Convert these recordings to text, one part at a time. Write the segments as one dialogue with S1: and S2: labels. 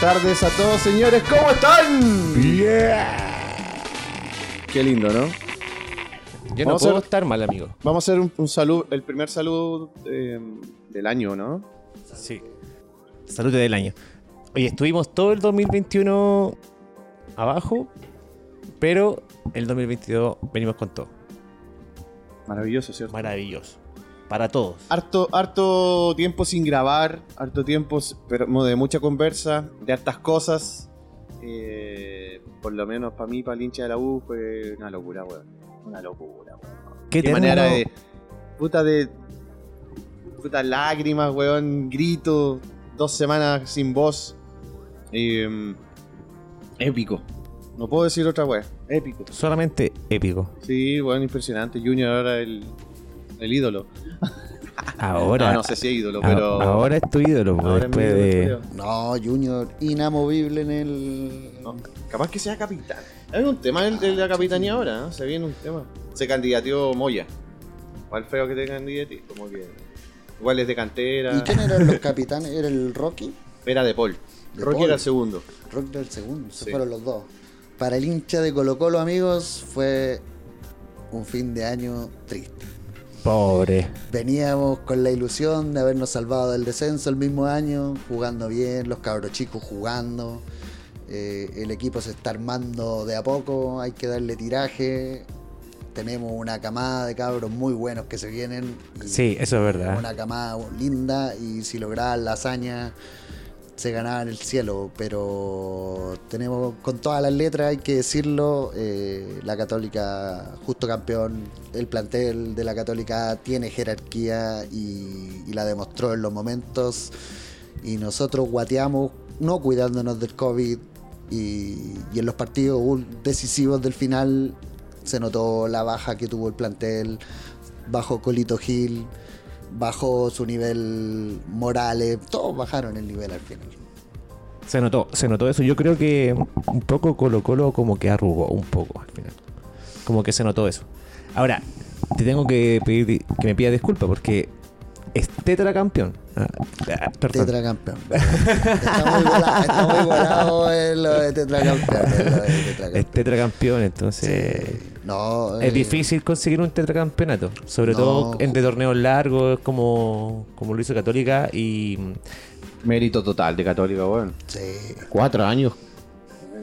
S1: tardes a todos, señores. ¿Cómo están?
S2: Qué lindo, ¿no?
S3: Yo no
S1: Vamos a
S3: puedo
S1: hacer-
S3: estar mal, amigo.
S1: Vamos a hacer un, un saludo, el primer saludo eh, del año, ¿no?
S3: Sí. Salud del año. Oye, estuvimos todo el 2021 abajo, pero el 2022 venimos con todo.
S1: Maravilloso, ¿cierto?
S3: Maravilloso. Para todos.
S1: Harto, harto tiempo sin grabar, harto tiempo, s- pero mo- de mucha conversa, de hartas cosas. Eh, por lo menos para mí, para el hincha de la U, fue una locura, weón. Una locura, weón.
S3: Qué,
S1: Qué
S3: eterno-
S1: manera de. Puta de. Puta lágrimas, weón. Grito. Dos semanas sin voz. eh, épico. No puedo decir otra weón. Épico.
S3: Solamente épico.
S1: Sí, weón, impresionante. Junior ahora el. El ídolo.
S3: Ahora.
S1: Ah, no sé si es ídolo,
S3: a-
S1: pero.
S3: Ahora es tu ídolo, po,
S1: ahora es mi
S3: después
S1: ídolo,
S3: de.
S1: creo.
S4: No, Junior, inamovible en el.
S1: No, capaz que sea capitán. Hay un tema el de la capitanía ahora, ¿no? Se viene un tema. Se candidateó Moya. Igual feo que te candidates, como que. Igual es de
S4: ¿Y
S1: cantera.
S4: quién eran los capitanes? ¿Era el Rocky?
S1: Era de Paul.
S4: De
S1: Rocky
S4: Paul.
S1: era el segundo.
S4: Rocky era el segundo, se
S1: Sí.
S4: fueron los dos. Para el hincha de Colo Colo, amigos, fue un fin de año triste.
S3: Pobre.
S4: Veníamos con la ilusión de habernos salvado del descenso el mismo año, jugando bien, los cabros chicos jugando. eh, el equipo se está armando de a poco, hay que darle tiraje. Tenemos una camada de cabros muy buenos que se vienen. y
S3: Sí, eso es verdad.
S4: Una camada linda y si lograban la hazaña se ganaban el cielo, pero tenemos con todas las letras, hay que decirlo, eh, la católica justo campeón, el plantel de la católica tiene jerarquía y, y la demostró en los momentos y nosotros guateamos no cuidándonos del COVID y, y en los partidos ul- decisivos del final se notó la baja que tuvo el plantel, bajo Colito Gil, bajó su nivel Morales, todos bajaron el nivel al final.
S3: Se notó, se notó eso. Yo creo que un poco Colo Colo como que arrugó un poco al final. Como que se notó eso. Ahora, te tengo que pedir que me pidas disculpas porque es tetracampeón. Ah, ah, perdón.
S4: Tetracampeón. está muy volado, está muy volado en lo de tetracampeón. en lo de
S3: es
S4: tetracampeón.
S3: tetracampeón, entonces...
S4: No, eh,
S3: Es difícil conseguir un tetracampeonato, sobre
S4: No.
S3: todo entre torneos largos como, como lo hizo Católica y
S1: Mérito total de Católica, weón.
S4: Sí.
S1: Cuatro años.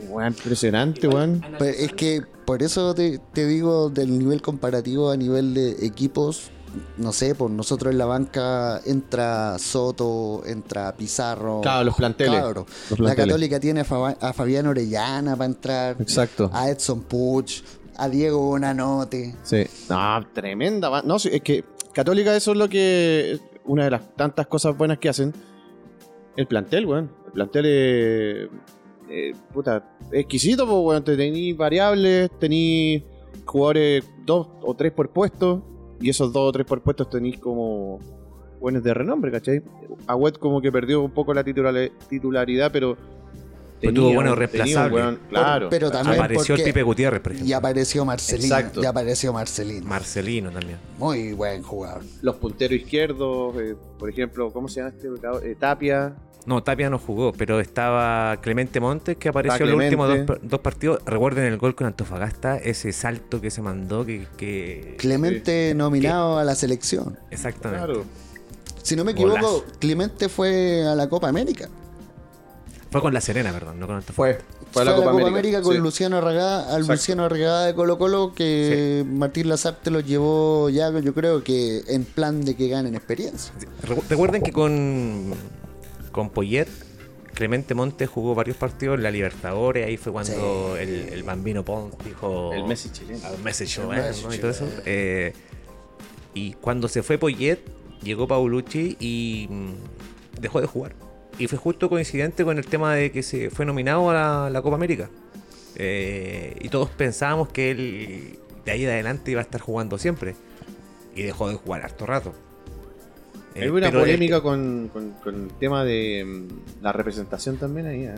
S1: Weón, impresionante, weón.
S4: Pero Pues es que por eso te, te digo del nivel comparativo a nivel de equipos. No sé, por nosotros en la banca entra Soto, entra Pizarro.
S1: Claro, los planteles.
S4: Cabro.
S1: Los
S4: La
S1: planteles.
S4: Católica tiene a, Faba- a Fabián Orellana para entrar.
S1: Exacto.
S4: A Edson Puch, a Diego Bonanote.
S1: Sí. No, tremenda. ba- No, sí, es que Católica eso es lo que... Una de las tantas cosas buenas que hacen. El plantel, weón. El plantel es... eh, puta, exquisito, pues, weón. Te Tení variables, tení jugadores dos o tres por puesto. Y esos dos o tres por puestos tenís como... Buenos de renombre, ¿cachai? Agüet como que perdió un poco la titulale- titularidad, pero...
S3: Pero Pues tuvo buenos
S1: tenía un
S3: reemplazables.
S1: weón, claro.
S4: Pero también
S3: apareció el
S4: porque-
S3: Pipe Gutiérrez, por
S4: Y
S3: ejemplo.
S4: apareció Marcelín.
S1: Exacto.
S4: Y apareció Marcelín.
S3: Marcelino también.
S4: Muy buen jugador.
S1: los punteros izquierdos, eh, por ejemplo, ¿cómo se llama este? mercado? Eh, Tapia.
S3: No, Tapia no jugó, pero estaba Clemente Montes que apareció
S1: Está
S3: en los últimos
S1: Clemente.
S3: dos, par- dos partidos. Recuerden el gol con Antofagasta, ese salto que se mandó que... que-
S4: Clemente nominado a la selección.
S3: exactamente.
S4: Si no me equivoco,
S3: Golazo.
S4: Clemente fue a la Copa América.
S3: Fue con La Serena, perdón, no con Antofagasta.
S1: Fue,
S4: Fue a la Copa, América, con
S1: sí.
S4: Luciano Arragada, al
S1: Exacto.
S4: Luciano Arragada de Colo Colo, que Martín Lazarte lo llevó ya, yo creo que en plan de que ganen experiencia.
S3: Recu- Recuerden que con, con Poyet, Clemente Montes jugó varios partidos en la Libertadores, ahí fue cuando
S4: Sí.
S3: el, el bambino Pons dijo...
S1: El Messi chileno.
S3: al Messi
S4: El
S3: chileno,
S4: Messi
S3: ¿no? Y todo eso.
S4: chileno.
S3: Eh, y cuando se fue Poyet, llegó Paulucci y mm, dejó de jugar. Y fue justo coincidente con el tema de que se fue nominado a la, la Copa América. Eh, y todos pensábamos que él de ahí en adelante iba a estar jugando siempre. Y dejó de jugar harto rato. Eh,
S1: Hay una
S3: pero, eh,
S1: polémica con, con- con el tema de mm, la representación también ahí, ¿eh?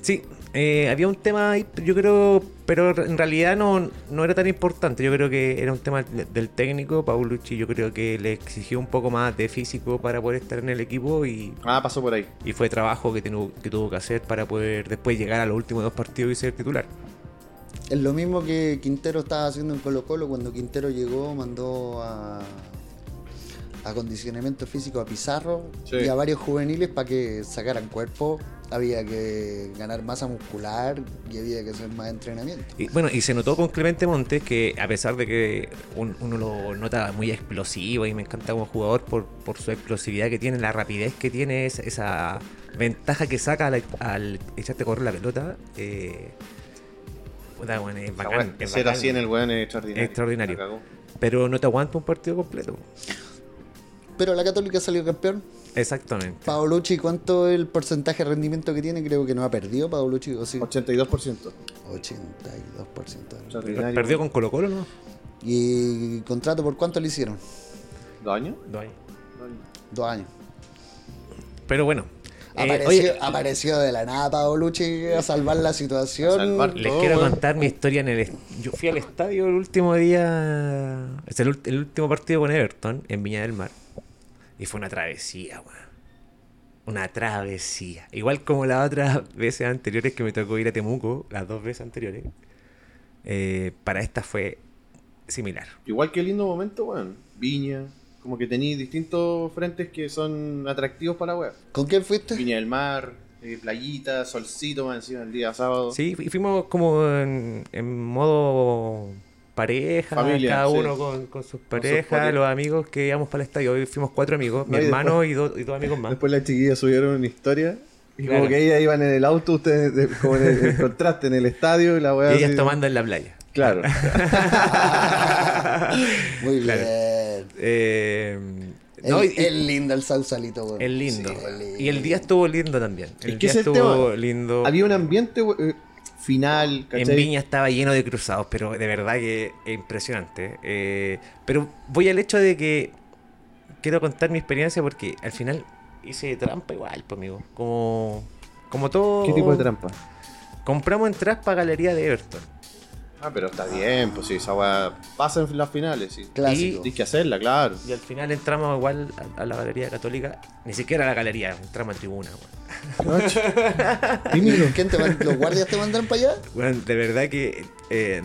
S3: Sí, eh, había un tema ahí, yo creo, pero en realidad no, no era tan importante. Yo creo que era un tema de- del técnico. Paulucci, yo creo que le exigió un poco más de físico para poder estar en el equipo y,
S1: Ah, pasó por ahí.
S3: y fue trabajo que, tenu- que tuvo que hacer para poder después llegar a los últimos dos partidos y ser titular.
S4: Es lo mismo que Quintero estaba haciendo en Colo Colo cuando Quintero llegó, mandó a acondicionamiento físico a Pizarro
S1: Sí.
S4: y a varios juveniles para que sacaran cuerpo. Había que ganar masa muscular y había que hacer más entrenamiento.
S3: Y, bueno, y se notó con Clemente Montes que a pesar de que un- uno lo nota muy explosivo y me encanta como jugador por, por su explosividad que tiene, la rapidez que tiene, esa, esa ventaja que saca al, al echarte a correr la pelota, eh, puta, bueno, es
S1: Ah,
S3: bacán.
S1: bueno,
S3: es
S1: ser
S3: bacán.
S1: así en el weón es extraordinario.
S3: Extraordinario.
S1: La cagó.
S3: Pero no te aguanta un partido completo.
S4: Pero la Católica salió campeón.
S3: Exactamente.
S4: Paolucci, ¿cuánto es el porcentaje de rendimiento que tiene? Creo que no ha perdido Paolucci, o sí.
S1: 82%.
S4: 82%.
S1: Extraordinario.
S3: Perdió con Colo Colo, ¿no?
S4: ¿Y contrato por cuánto le hicieron?
S1: ¿Dos años?
S3: No hay.
S4: Dos años.
S3: Pero bueno. eh,
S4: Apareció,
S3: oye,
S4: apareció de la nada Paolucci a salvar la situación.
S1: A salvar.
S3: Les
S1: Oh,
S3: quiero
S1: bueno.
S3: contar mi historia en el... est- Yo fui al estadio el último día... Es el, ult- el último partido con Everton en Viña del Mar. Y fue una travesía, weón. Una travesía. Igual como las otras veces anteriores que me tocó ir a Temuco, las dos veces anteriores. eh, para esta fue similar.
S1: Igual que lindo momento, weón. Viña. Como que tenéis distintos frentes que son atractivos para la weá.
S4: ¿Con quién fuiste?
S1: Viña del Mar, eh, playita, solcito más encima el día sábado.
S3: Sí, y fuimos como en, en modo pareja,
S1: Familia,
S3: cada
S1: sí.
S3: uno con, con sus parejas,
S1: parejas.
S3: los amigos que íbamos para el estadio. Hoy fuimos cuatro amigos, mi
S1: No, y
S3: hermano y, dos- y dos amigos más.
S1: Después las chiquillas subieron una historia. Y
S3: ¿Ah? Claro.
S1: como que ellas iban en el auto, ustedes de- como en el, en contraste, en el estadio y la weá.
S3: Y ellas
S1: así-
S3: tomando en la playa.
S1: Claro.
S4: Muy
S3: Claro.
S4: bien.
S3: Eh,
S4: El,
S3: no, y- y-
S4: el lindo el Sausalito, weón.
S3: es lindo.
S4: Sí, es lindo.
S3: Y el día estuvo lindo también. El
S1: que
S3: día
S1: es el
S3: estuvo
S1: tema.
S3: lindo.
S1: Había un ambiente we- eh, final,
S3: En
S1: ¿cachai?
S3: Viña estaba lleno de cruzados, pero de verdad que es impresionante. Eh, pero voy al hecho de que quiero contar mi experiencia porque al final hice trampa igual, pues, amigo. Como, como todo.
S1: ¿Qué tipo de trampa?
S3: Compramos entradas para Galería de Everton.
S1: Ah, pero está bien, pues sí, esa weá pasa en las finales, sí.
S4: Clásico.
S1: Tienes que hacerla, claro.
S3: Y al final entramos igual a, a la Galería Católica. Ni siquiera a la Galería, entramos a tribuna, weón.
S1: Tímido.
S4: ¿Quién te mand- ¿Los guardias te mandaron para allá?
S3: Bueno, de verdad que eh,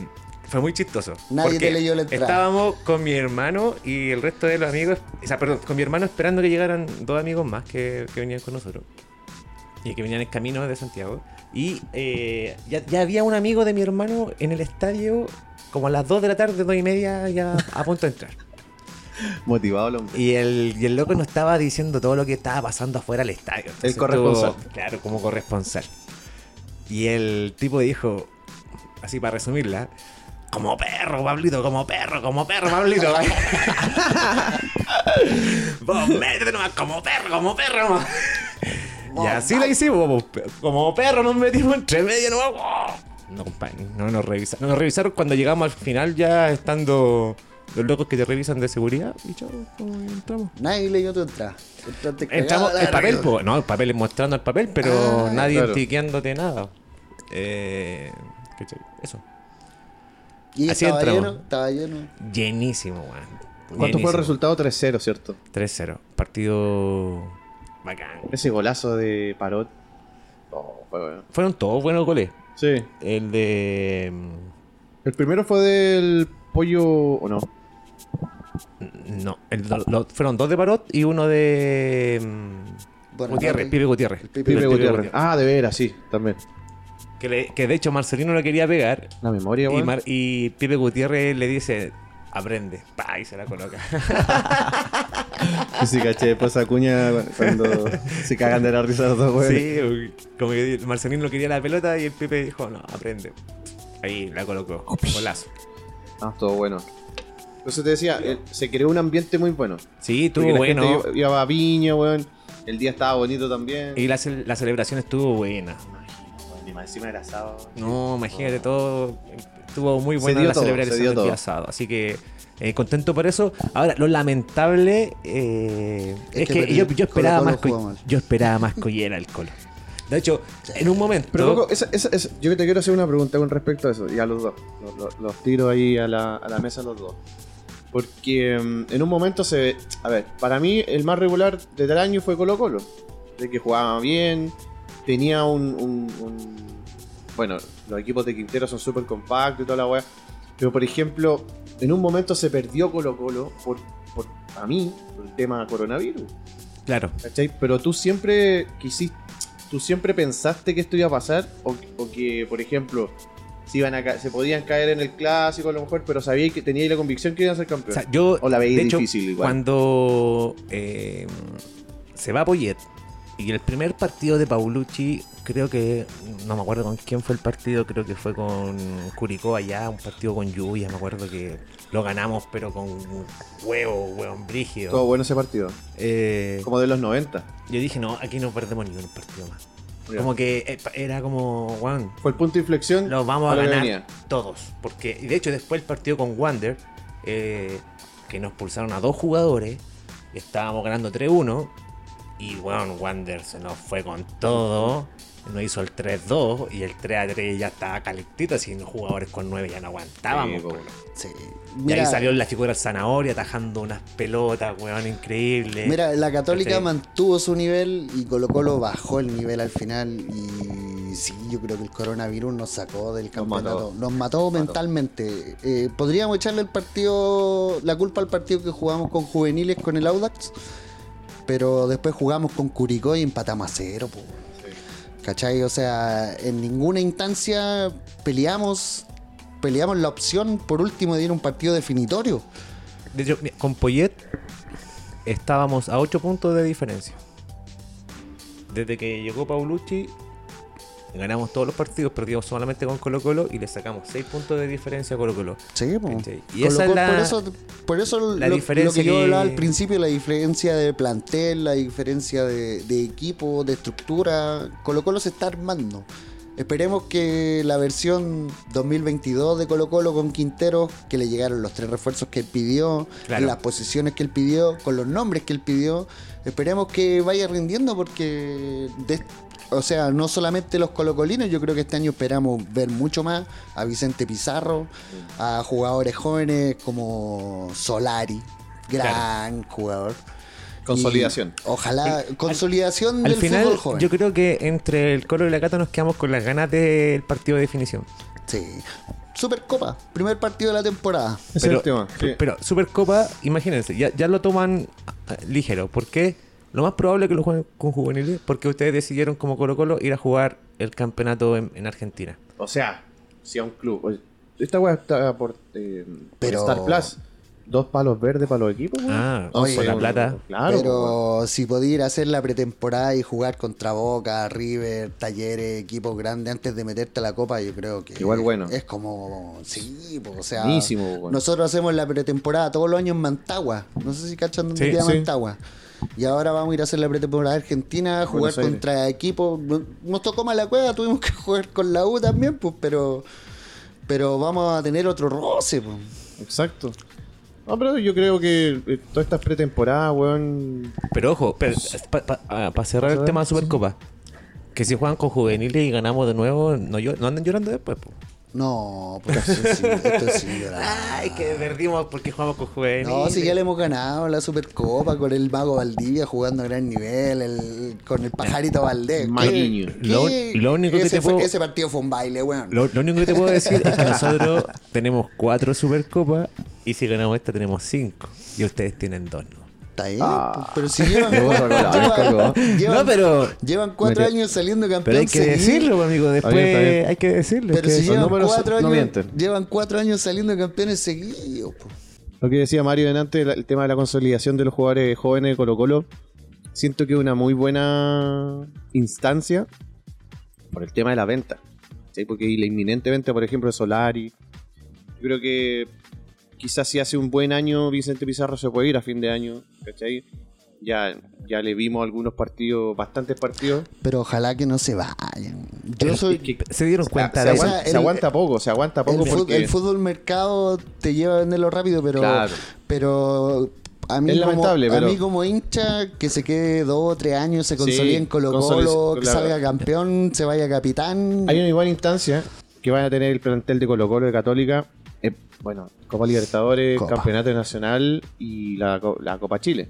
S3: fue muy chistoso.
S4: Nadie
S3: porque
S4: te leyó la entrada.
S3: Estábamos con mi hermano y el resto de los amigos. O sea, perdón, con mi hermano esperando que llegaran dos amigos más que, que venían con nosotros. Y que venían en camino de Santiago. Y eh, ya, ya había un amigo de mi hermano en el estadio como a las 2 de la tarde, dos y media, ya a punto de entrar.
S1: Motivado el hombre.
S3: Y el, y el loco nos estaba diciendo todo lo que estaba pasando afuera del estadio. Entonces
S1: El corresponsal.
S3: estuvo- claro, como corresponsal. Y el tipo dijo, así para resumirla, como perro, Pablito, como perro, como perro, Pablito. Vos métete nomás, como perro, como perro. nomás. Y así la hicimos, po, pe- como perro nos metimos entre medio nomás. ¡guau! No, compadre, no nos revisaron. Nos revisaron cuando llegamos al final ya estando los locos que te revisan de seguridad. Y chao, como entramos.
S4: Nadie leyó tu entrada. Entraste cagado
S3: Entramos
S4: a la
S3: el papel,
S4: verga.
S3: po. no, el papel es mostrando el papel, pero
S4: Ah,
S3: nadie
S1: claro.
S3: tiqueándote nada. Eh, ¿cachai? Eso.
S4: Y
S3: Así
S4: estaba
S3: entramos.
S4: lleno, estaba lleno.
S3: Llenísimo, weón.
S1: ¿Cuánto fue el
S3: Llenísimo.
S1: resultado? 3-0, ¿cierto?
S3: 3-0. Partido bacán.
S1: Ese golazo de Parot. Oh, fue bueno.
S3: Fueron todos buenos goles.
S1: Sí.
S3: El de. mm,
S1: El primero fue del pollo. ¿O no?
S3: No, el do- lo- fueron dos de Parot y uno de. mm,
S4: Bueno,
S3: Gutiérrez,
S4: no,
S3: Pibe Gutiérrez.
S4: el
S1: Pipe
S4: Pipe
S3: Del
S1: Gutiérrez. Ah, de veras, sí, también.
S3: Que, le- que de hecho Marcelino le quería pegar.
S1: La memoria,
S3: Y,
S1: weón.
S3: Mar- y Pipe Gutiérrez le dice: aprende. Pa, y se la coloca.
S1: Sí, sí, caché. Después Acuña cuando se cagan de la risa los dos, weones.
S3: Sí, uy, como que Marcelino quería la pelota y el Pepe dijo, no, aprende. Ahí la colocó. Golazo.
S1: Ah, todo bueno. Entonces te decía, eh, se creó un ambiente muy bueno.
S3: Sí,
S1: Porque
S3: estuvo
S1: la
S3: bueno.
S1: gente iba- iba a Viña, weón. El día estaba bonito también.
S3: Y la, ce- la celebración estuvo buena.
S1: Y más encima era sábado.
S3: No, imagínate, todo estuvo muy buena
S1: dio
S3: la
S1: todo,
S3: celebración
S1: se dio
S3: del
S1: todo.
S3: día sábado. Así que eh, contento por eso. Ahora, lo lamentable eh,
S4: Es
S3: es,
S4: que
S3: que, yo,
S4: perdió.
S3: yo esperaba
S4: Colo-Colo
S3: más co-
S4: jugó mal.
S3: yo esperaba más collera al colo. De hecho, en un momento.
S1: Pero Coco, esa- esa- esa- yo te quiero hacer una pregunta con respecto a eso, y a los dos. Los, los- los tiro ahí a la, a la mesa los dos. Porque mm, en un momento se ve... A ver, para mí el más regular de tal año fue Colo Colo. De que jugaba bien, tenía un... un- un- bueno, los equipos de Quintero son súper compactos y toda la weá. Pero por ejemplo, en un momento se perdió Colo Colo por, por, a mí, por el tema coronavirus.
S3: claro.
S1: ¿Cachai? Pero tú siempre quisiste, tú siempre pensaste que esto iba a pasar o, o que, por ejemplo, se, iban a ca- se podían caer en el clásico a lo mejor, pero sabía que tenía la convicción que iban a ser
S3: O
S1: campeones.
S3: sea, yo.
S1: O la veía
S3: de hecho,
S1: difícil igual.
S3: Cuando eh, se va Poyet y el primer partido de Paulucci, creo que. No me acuerdo con quién fue el partido, creo que fue con Curicó allá, un partido con lluvia. Me acuerdo que lo ganamos, pero con huevo, hueón brígido.
S1: Todo bueno ese partido,
S3: Eh,
S1: como de los 90.
S3: yo dije, no, aquí no perdemos ni un partido más.
S1: Ya.
S3: Como que eh, pa- era como, weón,
S1: Fue el punto de inflexión.
S3: los vamos a
S1: para lo que
S3: ganar
S1: venía.
S3: todos. Porque, y de hecho, después el partido con Wander, eh, que nos pulsaron a dos jugadores, estábamos ganando 3-1, y weón, Wander se nos fue con todo. Nos hizo el 3-2 y el 3-3 ya estaba calentito, así los jugadores con 9 ya no aguantábamos.
S1: Sí,
S3: pues.
S1: po.
S4: Sí.
S3: y ahí
S4: Mira,
S3: salió la figura del zanahoria atajando unas pelotas, weón, increíble.
S4: Mira, la Católica
S3: ¿Cachai?
S4: mantuvo su nivel y Colo Colo bajó el nivel al final. Y sí, yo creo que el coronavirus nos sacó del campeonato.
S1: mató.
S4: Nos mató, mentalmente. Eh, ¿Podríamos echarle el partido, la culpa al partido que jugamos con juveniles con el Audax? Pero después jugamos con Curicó y empatamos a cero, po. ¿Cachai? O sea, en ninguna instancia peleamos, peleamos la opción por último de ir a un partido definitorio.
S3: De hecho, mira, con Poyet estábamos a 8 puntos de diferencia. Desde que llegó Paulucci, ganamos todos los partidos, perdimos solamente con Colo Colo y le sacamos 6 puntos de diferencia a Colo Colo.
S4: Sí, po.
S3: ¿Cachai? Y
S4: Con
S3: esa
S4: lo
S3: es
S4: cual,
S3: la-
S4: por eso, por eso
S3: la
S4: lo,
S3: diferencia
S4: lo que yo
S3: que-
S4: hablaba al principio, la diferencia de plantel, la diferencia de, de equipo, de estructura, Colo Colo se está armando. Esperemos que la versión 2022 de Colo Colo con Quintero, que le llegaron los tres refuerzos que él pidió,
S3: Claro.
S4: las posiciones que él pidió, con los nombres que él pidió, esperemos que vaya rindiendo porque, de- o sea, no solamente los colocolinos, yo creo que este año esperamos ver mucho más a Vicente Pizarro, a jugadores jóvenes como Solari, gran jugador.
S1: Consolidación.
S4: Y ojalá, consolidación
S3: Al
S4: del
S3: final,
S4: fútbol joven.
S3: yo creo que entre el Colo y la Cata nos quedamos con las ganas del partido de definición.
S4: Sí. Supercopa, primer partido de la temporada.
S1: Ese es el tema. sí.
S3: Pero Supercopa, imagínense, ya, ya lo toman ah, ligero. ¿Por qué? Lo más probable que lo jueguen con juveniles, porque ustedes decidieron como Colo Colo ir a jugar el campeonato en- en Argentina.
S1: O sea, si a un club. oye, Esta weá está por, eh, por
S4: Pero-
S1: Star Plus. Dos palos verdes para los equipos, weón.
S3: Ah,
S1: Entonces,
S4: con la
S3: plata.
S1: Claro. weón.
S4: Pero si podía ir a hacer la pretemporada y jugar contra Boca, River, Talleres, equipos grandes antes de meterte a la copa, yo creo que
S1: Igual bueno.
S4: es como sí, po, o sea,
S1: Buenísimo, weón.
S4: nosotros hacemos la pretemporada todos los años en Mantagua, no sé si cachan dónde
S3: Sí,
S4: queda
S3: sí.
S4: Mantagua. Y ahora vamos a ir a hacer la pretemporada argentina, a jugar
S1: Buenos Aires.
S4: contra equipos. No- Nos tocó mala cueva, tuvimos que jugar con la U también, pues, pero pero vamos a tener otro roce, pues.
S1: Exacto. No, pero yo creo que eh, todas estas pretemporadas, weón.
S3: Pero ojo, para ah, cerrar el tema de Supercopa, que si juegan con juveniles y ganamos de nuevo, no, llo- no anden llorando eh, pues, después. po.
S4: No, pues sí, sí, esto es sin llorar.
S3: Ay, que perdimos porque jugamos con juveniles.
S4: No, si ya le hemos ganado la Supercopa con el Mago Valdivia jugando a gran nivel, el- con el pajarito Valdés.
S1: Maguiño.
S4: ¿Qué-
S3: Lo-
S4: qué-
S3: lo único que
S4: ese
S3: te
S4: fue-
S3: puedo-
S4: Ese partido fue un baile, weón.
S3: Lo, lo único que te puedo decir es que nosotros tenemos cuatro Supercopas y si ganamos esta tenemos cinco. Y ustedes tienen dos, ¿no?
S4: Está bien,
S1: Ah.
S4: pero si llevan,
S1: Me voy a colgar,
S4: llevan,
S1: me
S4: llevan-
S3: no, pero,
S4: llevan cuatro
S3: Mira,
S4: años saliendo campeón.
S3: pero hay que
S4: seguido.
S3: decirlo, amigo. Después
S1: bien, está bien.
S3: hay que decirlo.
S4: Pero
S3: que-
S4: si
S1: Los
S4: llevan
S1: números
S4: cuatro,
S1: no
S4: años,
S1: mienten.
S4: llevan cuatro años saliendo campeones seguidos. po.
S1: Lo que decía Mario en antes, la- el tema de la consolidación de los jugadores jóvenes de Colo Colo, siento que es una muy buena instancia por el tema de la venta. ¿sí? Porque y la inminente venta, por ejemplo, de Solari. Yo creo que quizás si hace un buen año Vicente Pizarro se puede ir a fin de año, ¿cachai? Ya, ya le vimos algunos partidos, bastantes partidos.
S4: Pero ojalá que no se vayan. Yo soy,
S3: se
S4: Ah,
S3: dieron cuenta
S1: se,
S3: de
S1: aguanta,
S4: O sea,
S1: se
S4: el-
S1: aguanta poco, se aguanta poco
S4: El, fut-
S1: porque...
S4: el fútbol mercado te lleva a venderlo rápido, pero,
S1: Claro.
S4: pero a mí
S1: Es
S4: como,
S1: lamentable,
S4: a
S1: pero-
S4: mí como hincha, que se quede dos o tres años, se consolide
S1: Sí,
S4: en Colo Colo,
S1: consolice-
S4: que
S1: claro.
S4: salga campeón, se vaya capitán.
S1: Hay una igual instancia que van a tener el plantel de Colo Colo de Católica. eh, bueno, Copa Libertadores,
S4: Copa.
S1: Campeonato Nacional y la, co- la Copa Chile.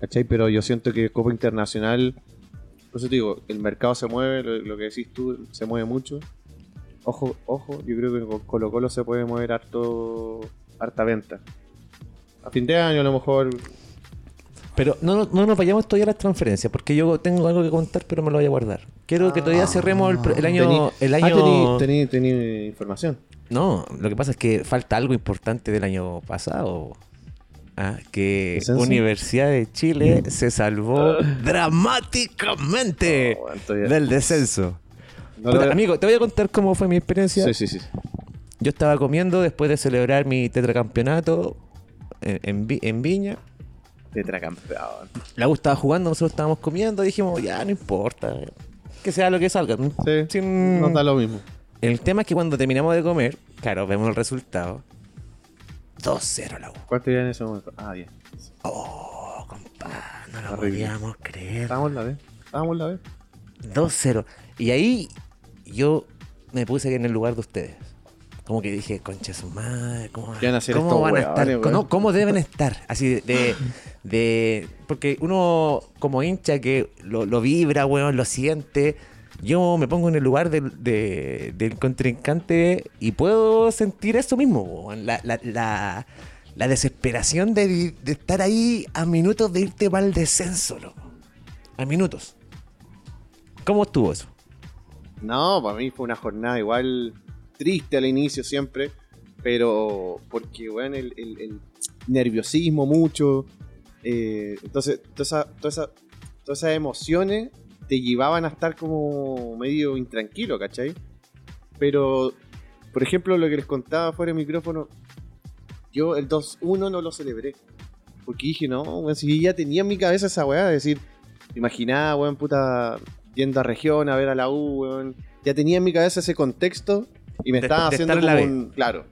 S1: ¿Cachai? Pero yo siento que Copa Internacional, por eso te digo, el mercado se mueve, lo, lo que decís tú, se mueve mucho. Ojo, ojo, yo creo que con Colo Colo se puede mover harto, harta venta. A fin de año a lo mejor...
S3: Pero no, no, no nos vayamos todavía a las transferencias, porque yo tengo algo que contar, pero me lo voy a guardar. Quiero que todavía cerremos el, pro- el año...
S1: Ah, Tení-
S3: el
S1: Ah, tení-
S3: año...
S1: tení- tení información.
S3: No, lo que pasa es que falta algo importante del año pasado. Ah, que
S1: ¿Descenso?
S3: Universidad de Chile se salvó dramáticamente
S1: No, bueno, todavía-
S3: del descenso.
S1: No lo
S3: Puta,
S1: veo.
S3: amigo, te voy a contar cómo fue mi experiencia.
S1: Sí, sí, sí.
S3: Yo estaba comiendo después de celebrar mi tetracampeonato en, en Vi- en Viña.
S1: Tetracampeón.
S3: La U estaba jugando, nosotros estábamos comiendo. Dijimos, ya, no importa. Que sea lo que salga.
S1: Sí,
S3: Sin-
S1: nos da lo mismo.
S3: El tema es que cuando terminamos de comer, claro, vemos el resultado. 2-0 la U.
S1: ¿Cuánto ya en ese momento? Ah, 10.
S3: Oh, compa, no lo
S1: Horrible.
S3: podíamos creer.
S1: Estábamos en la B. Estábamos en la B.
S3: 2-0. Y ahí yo me puse en el lugar de ustedes. Como que dije, concha su madre, ¿cómo,
S1: ¿Qué van a hacer
S3: cómo
S1: estos
S3: van a estar?
S1: huevones, weón?
S3: no, ¿Cómo deben estar? Así de, de, de- Porque uno, como hincha que lo, lo vibra, weón, lo siente. Yo me pongo en el lugar del, de- del contrincante y puedo sentir eso mismo, weón. La, la, la, la desesperación de, vi- de estar ahí a minutos de irte para el descenso, loco. A minutos. ¿Cómo estuvo eso?
S1: No, para mí fue una jornada igual triste al inicio siempre. Pero porque, bueno, el, el- el nerviosismo mucho. eh, entonces, todas esas- todas esas- todas esas emociones te llevaban a estar como medio intranquilo, ¿cachai? Pero, por ejemplo, lo que les contaba fuera de micrófono, yo el 2-1 no lo celebré. Porque dije, no, weón, si ya tenía en mi cabeza esa weá de decir, imaginá, weón, puta, yendo a región a ver a la U, weón. Ya tenía en mi cabeza ese contexto y me
S3: De-
S1: estaba
S3: de
S1: haciendo
S3: estar en la
S1: como un- Claro.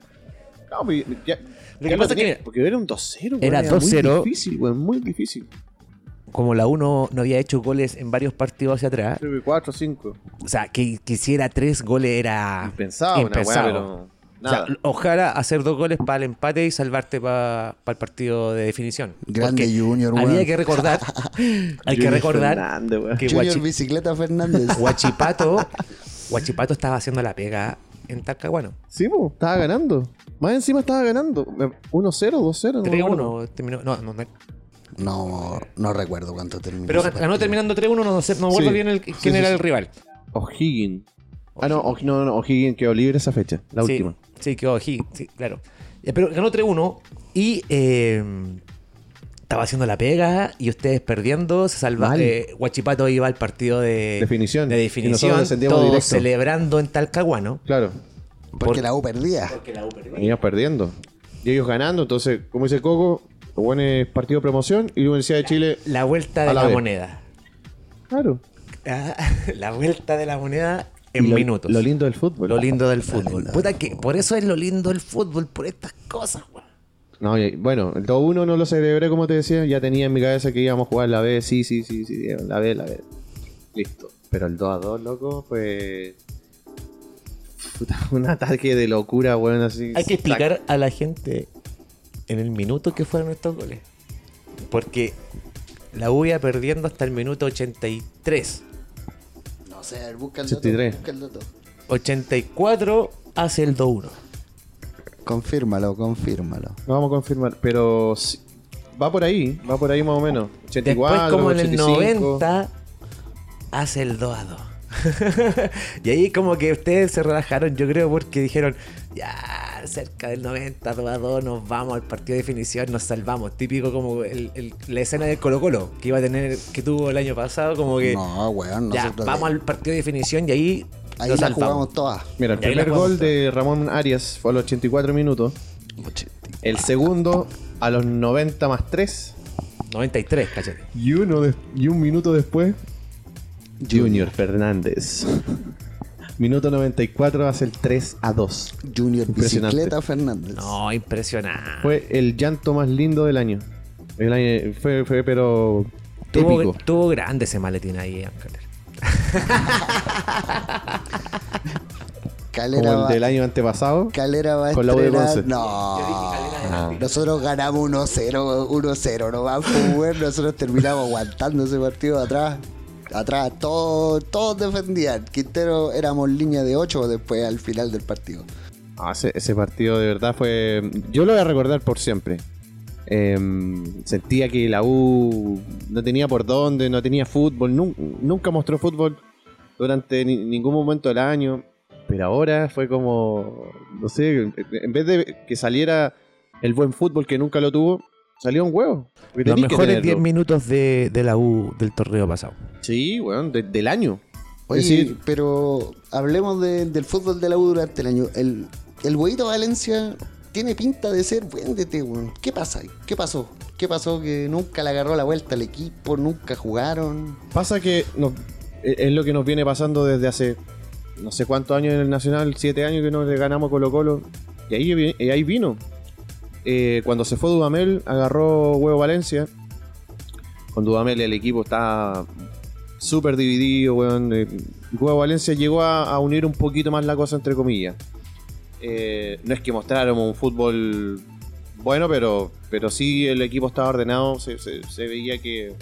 S1: No, pero ya-
S3: Lo
S1: ya
S3: que pasa es
S1: tenía,
S3: que
S1: Porque era un 2-0, weón,
S3: era
S1: Muy
S3: 2-0.
S1: difícil, weón, muy difícil.
S3: como la U no, no había hecho goles en varios partidos hacia atrás,
S1: Creo que 4-5.
S3: o sea, que, que hiciera tres goles era...
S1: Impensado, una weá,
S3: Ah, impensado.
S1: pero.
S3: o
S1: Nada.
S3: sea, ojalá hacer dos goles para el empate y salvarte para el partido de definición.
S4: Grande Junior,
S3: Porque había
S4: weón.
S3: que recordar, hay que
S1: Junior
S3: recordar
S1: Fernández, weón.
S3: que
S4: Junior
S3: Guachi-
S4: Bicicleta Fernández.
S3: Guachipato, Guachipato estaba haciendo la pega en Talcahuano.
S1: Sí, po, estaba ganando. Más encima estaba ganando. 1-0, 2-0. no me acuerdo.
S3: 3-1 terminó, no, no, no,
S4: no, no recuerdo cuánto terminó.
S3: pero
S4: ese
S3: ganó
S4: partido.
S3: terminando 3-1, no sé, no me acuerdo
S1: Sí.
S3: bien el-
S1: Sí,
S3: quién
S1: sí,
S3: era
S1: sí.
S3: el rival.
S1: O'Higgins. Ah, no, O'Hi- no, no, O'Higgins quedó libre esa fecha. La
S3: sí,
S1: última.
S3: Sí, quedó aquí, sí, claro. Ya, Pero ganó 3-1 y eh, estaba haciendo la pega y ustedes perdiendo. Se salva.
S1: Mal.
S3: eh, Guachipato iba al partido de
S1: Definición.
S3: De
S1: Y
S3: definición.
S1: nosotros descendíamos
S3: todos
S1: directo.
S3: celebrando en Talcahuano.
S1: Claro.
S4: Porque la U perdía.
S3: Porque la U perdió.
S1: Venían perdiendo. Y ellos ganando. Entonces, como dice Coco, lo bueno es partido de promoción y la Universidad de Chile.
S3: La vuelta de
S1: A la
S3: la,
S1: vez.
S3: moneda.
S1: Claro.
S3: Ah, la vuelta de la moneda en
S1: Y lo-
S3: minutos.
S1: Lo lindo del fútbol.
S3: Lo lindo del fútbol. Puta que por eso es lo lindo del fútbol, por estas cosas, weón.
S1: No, y- bueno, el 2-1 no lo celebré, como te decía. Ya tenía en mi cabeza que íbamos a jugar la B, sí, sí, sí, sí, la B, la B. Listo. Pero el 2-2, loco, fue. Puta, un ataque de locura, weón, así.
S3: Hay que explicar a la gente en el minuto que fueron estos goles. Porque la U iba perdiendo hasta el minuto 83.
S4: No sé, a ver, busca el
S1: 83.
S4: dato. Busca el dato.
S3: 84 hace el 2-1.
S4: Confírmalo, confírmalo.
S1: Lo vamos a confirmar, pero. sí, va por ahí, va por ahí más o menos.
S3: Después,
S1: 84,
S3: como en el
S1: 85.
S3: 90, hace el 2-2. y ahí como que ustedes se relajaron, yo creo, porque dijeron, ya, cerca del 90, 2-2, nos vamos al partido de definición, nos salvamos. Típico como el- el- la escena del Colo Colo, que iba a tener, que tuvo el año pasado, como que...
S4: No, weón,
S3: ya,
S4: nosotros
S3: vamos
S4: ahí-
S3: al partido de definición y ahí,
S4: Ahí
S3: lo
S4: la
S3: salvamos.
S4: jugamos todas.
S1: Mira, el
S3: Y ahí la
S1: primer
S3: jugamos
S1: gol de Ramón Arias fue a los 84 minutos. El segundo a los 90 más 3.
S3: 93, cachete.
S1: Y, uno de- y un minuto después, Junior Fernández. Minuto 94 hace el 3 a 2.
S4: Junior
S1: Impresionante.
S4: Bicicleta Fernández.
S3: No, impresionante.
S1: Fue el llanto más lindo del año. El año- fue, fue, pero
S3: Tuvo,
S1: épico.
S3: tuvo grande ese maletín ahí, Angeler.
S4: Calera
S1: Como el
S4: va,
S1: del año antepasado.
S4: Calera va a
S1: con la U de
S4: estrenar-
S1: Conce.
S4: No. Nosotros ganamos 1-0, 1-0, no más jugar. Nosotros terminamos aguantando ese partido de atrás. Atrás, todos todos defendían. Quintero éramos línea de 8 después al final del partido.
S1: Ah, ese, ese partido de verdad fue. Yo lo voy a recordar por siempre. Em, sentía que la U no tenía por dónde, no tenía fútbol, nun- nunca mostró fútbol durante ni- ningún momento del año. Pero ahora fue como. No sé, en vez de que saliera el buen fútbol que nunca lo tuvo, salió un huevo. Porque
S3: Los
S1: tenés que
S3: mejores 10
S1: tenerlo.
S3: minutos de, de la U del torneo pasado.
S1: Sí, weón, de- del año.
S4: Oye,
S1: Es decir,
S4: pero hablemos de- del fútbol de la U durante el año. El, el huevito Valencia tiene pinta de ser buen DT, weón. ¿Qué pasa? ahí? ¿Qué pasó? ¿Qué pasó? Que nunca le agarró la vuelta al equipo, nunca jugaron.
S1: Pasa que nos- es es lo que nos viene pasando desde hace no sé cuántos años en el Nacional, siete años que no le ganamos Colo Colo. Y ahí, vi- y ahí vino. Eh, cuando se fue Dudamel, agarró Huevo Valencia. Con Dudamel el equipo está súper dividido, weón. Eh, Huevo Valencia llegó a, a unir un poquito más la cosa, entre comillas. Eh, no es que mostráramos un fútbol bueno, pero, pero sí el equipo estaba ordenado. Se- se- se veía que,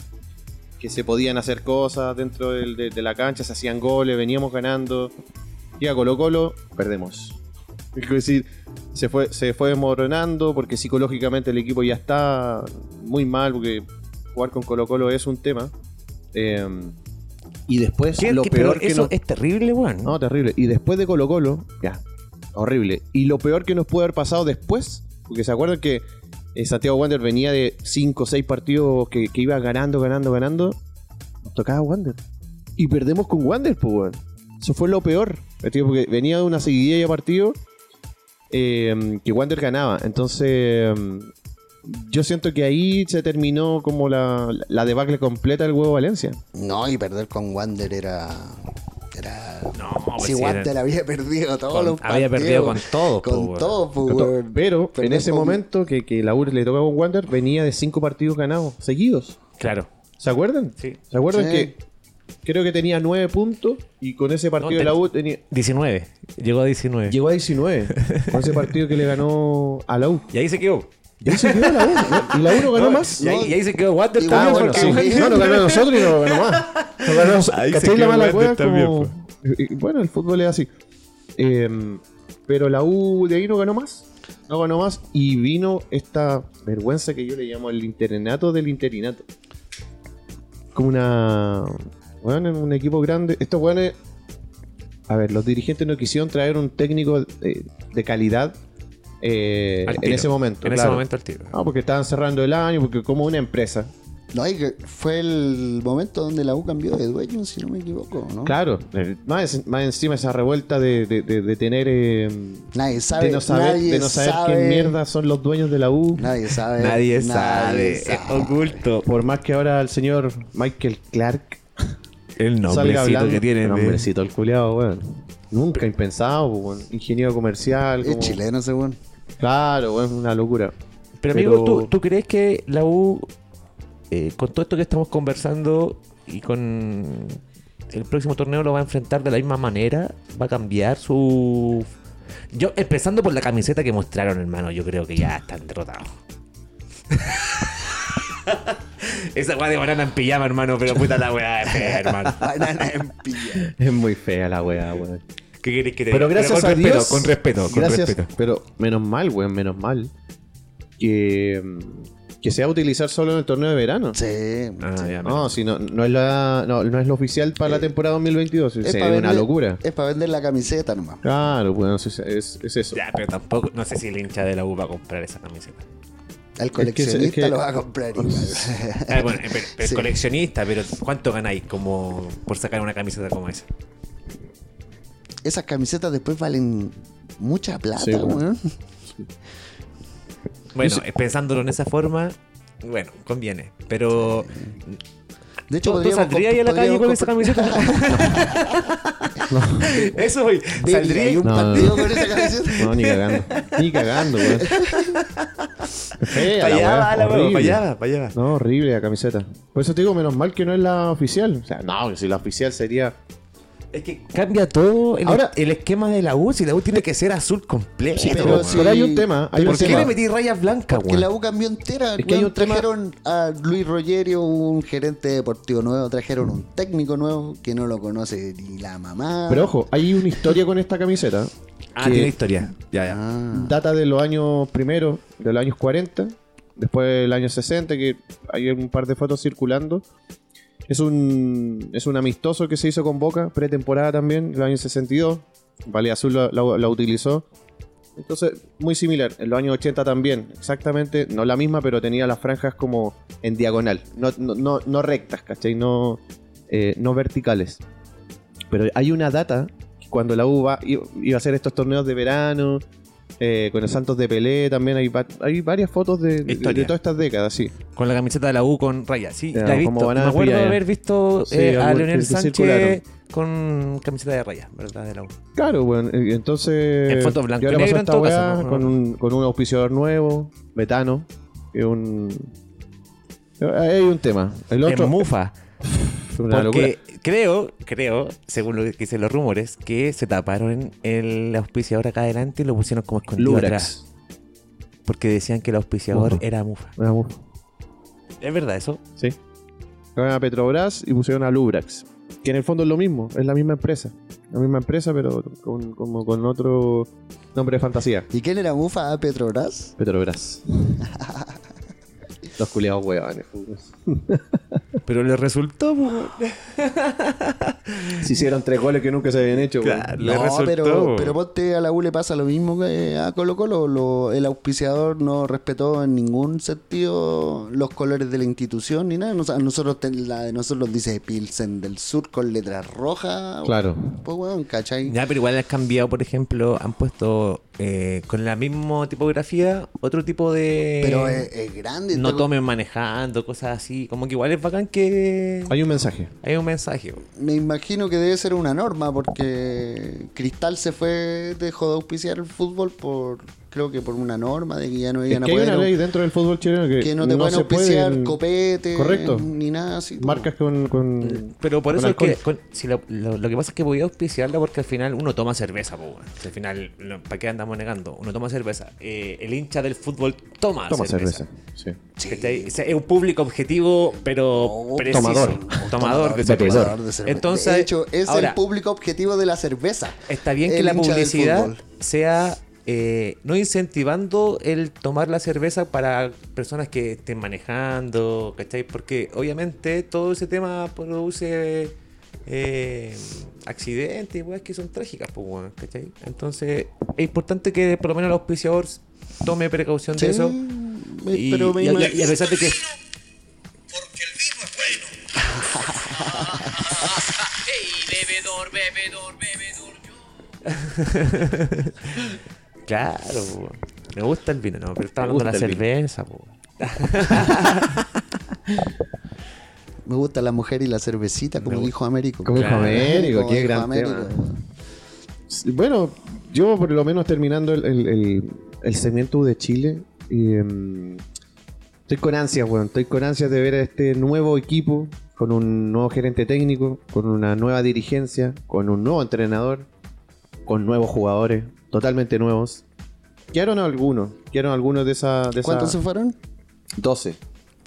S1: que se podían hacer cosas dentro del- de, de la cancha, se hacían goles, veníamos ganando. Llega Colo Colo, perdemos. Es decir, se fue, se fue desmoronando porque psicológicamente el equipo ya está muy mal, porque jugar con Colo Colo es un tema. Eh, y después
S3: ¿Qué-
S1: lo
S3: qué-
S1: peor
S3: pero
S1: que
S3: eso
S1: nos-
S3: es terrible, weón.
S1: No, terrible. Y después de Colo Colo, ya, horrible. Y lo peor que nos puede haber pasado después, porque se acuerdan que eh, Santiago Wander venía de 5 o 6 partidos que, que iba ganando, ganando, ganando. Nos tocaba Wander. Y perdemos con Wander, pues, weón. Eso fue lo peor. ¿cachai? Porque venía de una seguidilla de partidos eh, que Wander ganaba. Entonces, mm, yo siento que ahí se terminó como la, la debacle completa del huevo Valencia.
S4: No, y perder con Wander era. era...
S3: No, pues
S4: si
S3: sí,
S4: Wander
S3: era-
S4: había perdido todos
S3: con-
S4: los partidos.
S3: había perdido con todo, po,
S4: Con
S3: weón.
S4: todo, po, weón.
S1: Pero en
S4: Perder
S1: ese
S4: con-
S1: momento que, que la UR le tocaba con Wander, venía de cinco partidos ganados seguidos.
S3: Claro.
S1: ¿Se acuerdan?
S3: Sí.
S1: ¿Se acuerdan
S4: Sí.
S1: que creo que tenía nueve puntos y con ese partido
S3: No,
S1: de la
S3: ten-
S1: U tenía,
S3: 19. Llegó a 19.
S1: llegó a 19? con ese partido que le ganó a la U.
S3: Y ahí se quedó.
S1: Y ahí se quedó la U. ¿no? Y la U no ganó más.
S3: Y ahí, y ahí se quedó Wander
S4: Igual,
S1: Ah,
S3: también,
S1: bueno,
S3: porque
S1: sí.
S3: Wander-
S1: No, lo ganó nosotros y no lo ganó más. Lo ganó nosotros.
S3: Ahí se
S1: ¿Cachai? la
S3: quedó
S1: mala
S3: Wander
S1: hueá es
S3: también, pues.
S1: como- y- y Bueno, el fútbol es así. Eh, pero la U de ahí no ganó más. No ganó más. Y vino esta vergüenza que yo le llamo el internato del interinato. Como una. Bueno, en un equipo grande. Estos weones. A ver, los dirigentes no quisieron traer un técnico eh, de calidad eh,
S3: Al
S1: en
S3: tiro.
S1: ese momento.
S3: En ese
S1: claro.
S3: momento al tiro.
S1: Ah, porque estaban cerrando el año, porque como una empresa.
S4: No, y que fue el momento donde la U cambió de dueño, si no me equivoco, ¿no?
S1: Claro, eh, más, más encima esa revuelta de, de- de- de tener. eh,
S4: Nadie sabe.
S1: de no saber,
S4: nadie
S1: de no saber
S4: sabe,
S1: qué mierda son los dueños de la U.
S4: eh, Nadie sabe.
S3: Es
S4: sabe.
S3: oculto.
S1: Por más que ahora el señor Michael Clark
S3: El
S1: salga hablando.
S3: nombrecito que tiene. eh.
S1: El
S3: de-
S1: nombrecito, el culiado, weón. Nunca impensado, weón. Ingeniero comercial.
S4: Es
S1: como-
S4: chileno, según.
S1: Claro, weón, una locura.
S3: Pero amigo,
S1: Pero-
S3: ¿tú, tú crees que la U, eh, con todo esto que estamos conversando y con el próximo torneo lo va a enfrentar de la misma manera? ¿Va a cambiar su...? Yo, empezando por la camiseta que mostraron, hermano, yo creo que ya están derrotados. Esa weá de banana en pijama, hermano, pero puta la weá es fea, hermano.
S4: Banana en pilla.
S1: Es muy fea la weá, weón.
S3: ¿Qué querés que te
S1: Pero
S3: diga?
S1: gracias
S3: Eh, con
S1: a
S3: respeto,
S1: Dios.
S3: Con respeto, con
S1: gracias,
S3: respeto.
S1: Pero menos mal, weón, menos mal. Que, mm, que se va a utilizar solo en el torneo de verano.
S4: Sí.
S3: Ah, ya,
S1: No, si no, no es la, no, no es lo oficial para
S3: Eh,
S1: la temporada 2022. Es
S4: pa'
S1: una
S4: vender-
S1: locura.
S4: Es para vender la camiseta nomás.
S1: Claro, bueno, es, es- es eso.
S3: Ya, pero tampoco, no sé si el hincha de la U va a comprar esa camiseta.
S4: El
S1: que- es que-
S4: coleccionista lo va a comprar igual.
S3: Ah, bueno, eh, pero, pero es
S4: Sí.
S3: coleccionista, pero ¿cuánto ganáis como por sacar una camiseta como esa?
S4: Esas camisetas después valen mucha plata,
S1: Sí, bueno.
S4: weón.
S3: Bueno, eh, pensándolo en esa forma, bueno, conviene. Pero
S4: De hecho,
S3: ¿tú, tú
S4: podríamos
S3: saldrías ahí a la
S4: comp-
S3: calle con esa
S4: podríamos
S3: camiseta? Eso hoy,
S4: comprar-
S3: saldría
S4: Hay un
S1: No, no,
S4: partido
S1: no.
S4: con esa camiseta.
S1: No, ni cagando. ni cagando, weón. Fea,
S3: Para
S1: la
S3: allá
S1: weá,
S3: va la weá,
S1: horrible.
S3: para allá va, para allá va.
S1: No, horrible la camiseta. Por eso te digo, menos mal que no es la oficial. O sea, no, si la oficial sería.
S3: Es que cambia todo el,
S1: Ahora-
S3: el esquema de la U. Si la U tiene que ser azul completo.
S1: Sí, pero,
S4: pero
S3: weón.
S4: si-
S1: pero hay un tema. Hay
S4: pero
S1: un
S3: ¿Por qué
S1: tema.
S3: le metí rayas blancas,
S4: Que
S3: weón?
S4: la U cambió entera.
S1: Es que hay
S4: weón.
S1: un tema-
S4: Trajeron a Luis Rogerio, un gerente deportivo nuevo. Trajeron un técnico nuevo que no lo conoce ni la mamá.
S1: Pero ojo, hay una historia con esta camiseta.
S3: Ah,
S1: que-
S3: tiene historia. Ya, ya.
S4: Ah,
S1: data de los años primero, de los años 40, después del año 60, que hay un par de fotos circulando. Es un, es un amistoso que se hizo con Boca, pretemporada también, del año 62. Vale Azul la, la- la utilizó. Entonces, muy similar. En los años 80 también, exactamente, no la misma, pero tenía las franjas como en diagonal. No, no, no, no rectas, ¿cachai? No, eh, no verticales. Pero hay una data que cuando la U va- i- iba a hacer estos torneos de verano, eh, con el Santos de Pelé también, hay, va- hay varias fotos de, de-
S3: Historia.
S1: de todas estas décadas, sí.
S3: Con la camiseta de la U con rayas. Sí,
S1: Ya,
S3: la he
S1: como
S3: visto. Me
S1: banana
S3: acuerdo
S1: frita,
S3: de
S1: ya.
S3: haber visto
S1: Sí,
S3: eh, a
S1: algo
S3: Leonel
S1: que- que
S3: Sánchez
S1: circularon.
S3: con camiseta de rayas, ¿verdad? De la U.
S1: Claro, bueno, eh, entonces.
S3: En fotos blanco
S1: y ahora
S3: y negro,
S1: pasó
S3: en
S1: esta
S3: todo caso,
S1: weá
S3: ¿no?
S1: Con, un, con un auspiciador nuevo, Betano, que es un. Ahí Hay un tema. El otro.
S3: En Mufa.
S1: una locura.
S3: Porque creo, creo, según lo que dicen los rumores, que se taparon el auspiciador acá adelante y lo pusieron como escondido atrás.
S1: Lubrax.
S3: Porque decían que el auspiciador
S1: Mufa.
S3: era Mufa.
S1: Una mu-
S3: ¿Es verdad eso?
S1: Sí. Fueron a Petrobras y pusieron a Lubrax. Que en el fondo es lo mismo, es la misma empresa. La misma empresa, pero con, como con otro nombre de fantasía.
S4: ¿Y quién era Mufa ¿Ah, a Petrobras?
S1: Petrobras. Los culiados huevones.
S3: Pero le resultó.
S1: Se hicieron tres goles que nunca se habían hecho, weón.
S3: Le
S4: no,
S3: resultó.
S4: pero, pero ponte a la U le pasa lo mismo que a Colo Colo. Lo- el auspiciador no respetó en ningún sentido los colores de la institución ni nada. Nos- a nosotros te- la de nosotros dice Pilsen del Sur con letras rojas.
S1: Claro.
S4: Pues weón, ¿cachai?
S3: Ya, pero igual han cambiado, por ejemplo, han puesto eh, con la misma tipografía otro tipo de.
S4: Pero eh, es, es grande.
S3: no
S4: está-
S3: tomen manejando, cosas así. Como que igual es bacán que.
S1: Hay un mensaje.
S3: Hay un mensaje.
S4: Me imagino que debe ser una norma porque Cristal se fue, dejó de auspiciar el fútbol por, creo que por una norma de que ya no
S1: Es
S4: iban
S1: que
S4: a
S1: hay
S4: poder.
S1: una ley dentro del fútbol chileno que,
S4: que no te pueden
S1: se
S4: auspiciar
S1: pueden
S4: copete
S1: Correcto.
S4: ni nada así. po.
S1: marcas con, con-
S3: Pero por
S1: con
S3: eso es que
S1: alcohol.
S3: con- si lo, lo- lo que pasa es que podía auspiciarla porque al final uno toma cerveza, po, weón. Si al final, no, ¿para qué andamos negando? Uno toma cerveza. Eh, el hincha del fútbol toma,
S1: Toma
S3: cerveza.
S1: cerveza. Sí.
S4: Sí.
S3: ¿Cachai? O sea, es un público objetivo, pero
S4: Oh,
S3: preciso.
S1: tomador.
S3: Tomador de
S1: Bebedor.
S3: cerveza.
S4: Tomador de cerveza.
S3: Entonces,
S4: de hecho, es
S3: ahora,
S4: el público objetivo de la cerveza.
S3: Está bien que
S4: El
S3: la
S4: hincha del
S3: publicidad
S4: fútbol.
S3: sea eh, no incentivando el tomar la cerveza para personas que estén manejando, ¿cachai? Porque obviamente todo ese tema produce eh, accidentes y weas que son trágicas, pues, weón, ¿cachai? Entonces es importante que por lo menos el auspiciador tome precaución
S4: Sí,
S3: de eso.
S4: me-
S3: Y,
S4: pero me
S3: y a-
S4: imag-
S3: y a pesar de que
S2: porque el vino es bueno. Ey, bebedor, bebedor, bebedor. yo.
S3: Claro, po. me gusta el vino, no, pero estaba
S1: Me
S3: hablando de la
S1: gusta el
S3: cerveza, po.
S4: me gusta la mujer y la cervecita, como dijo Américo.
S1: Como dijo
S3: Claro.
S1: Américo,
S4: Como
S1: qué
S4: dijo
S1: gran
S4: Américo.
S1: tema. Bueno, yo por lo menos terminando el, el, el- el segmento de Chile, em, estoy con ansias, weón. Estoy con ansias de ver a este nuevo equipo, con un nuevo gerente técnico, con una nueva dirigencia, con un nuevo entrenador, con nuevos jugadores, totalmente nuevos. Quedaron algunos, quedaron algunos de esa... De
S4: ¿Cuántos
S1: esa-
S4: se fueron?
S1: 12.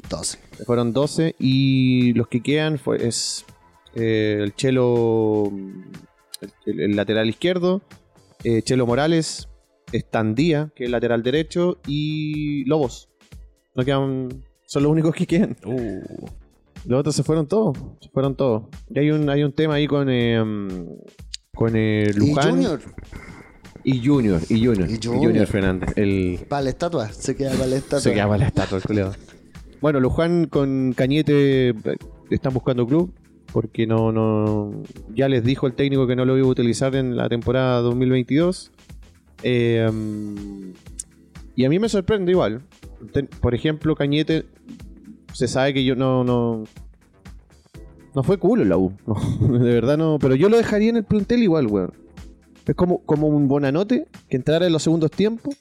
S4: 12.
S1: Fueron 12 y los que quedan fue, es eh, el Chelo, mm, el, el lateral izquierdo, eh, Chelo Morales, Estandía, que es el lateral derecho, y Lobos. No quedan, son los únicos que quedan.
S3: Uh,
S1: Los otros se fueron todos, se fueron todos. Y hay un, hay un tema ahí con, eh, mm, con eh, Luján.
S4: Y
S1: Y
S4: Junior,
S1: Junior, y Junior.
S4: Y
S1: Y
S4: Junior.
S1: Junior Fernández, el,
S4: para la estatua. Se queda para la estatua.
S1: Se quedaba la estatua, el culiao. Bueno, Luján con Cañete eh, están buscando club porque no, no ya les dijo el técnico que no lo iba a utilizar en la temporada 2022. Eh, mm, y a mí me sorprende igual. Ten- Por ejemplo, Cañete se sabe que yo no no no fue culo en la U, no, de verdad no, pero yo lo dejaría en el plantel igual, weón. Es como, como un bonanote que entrara en los segundos tiempos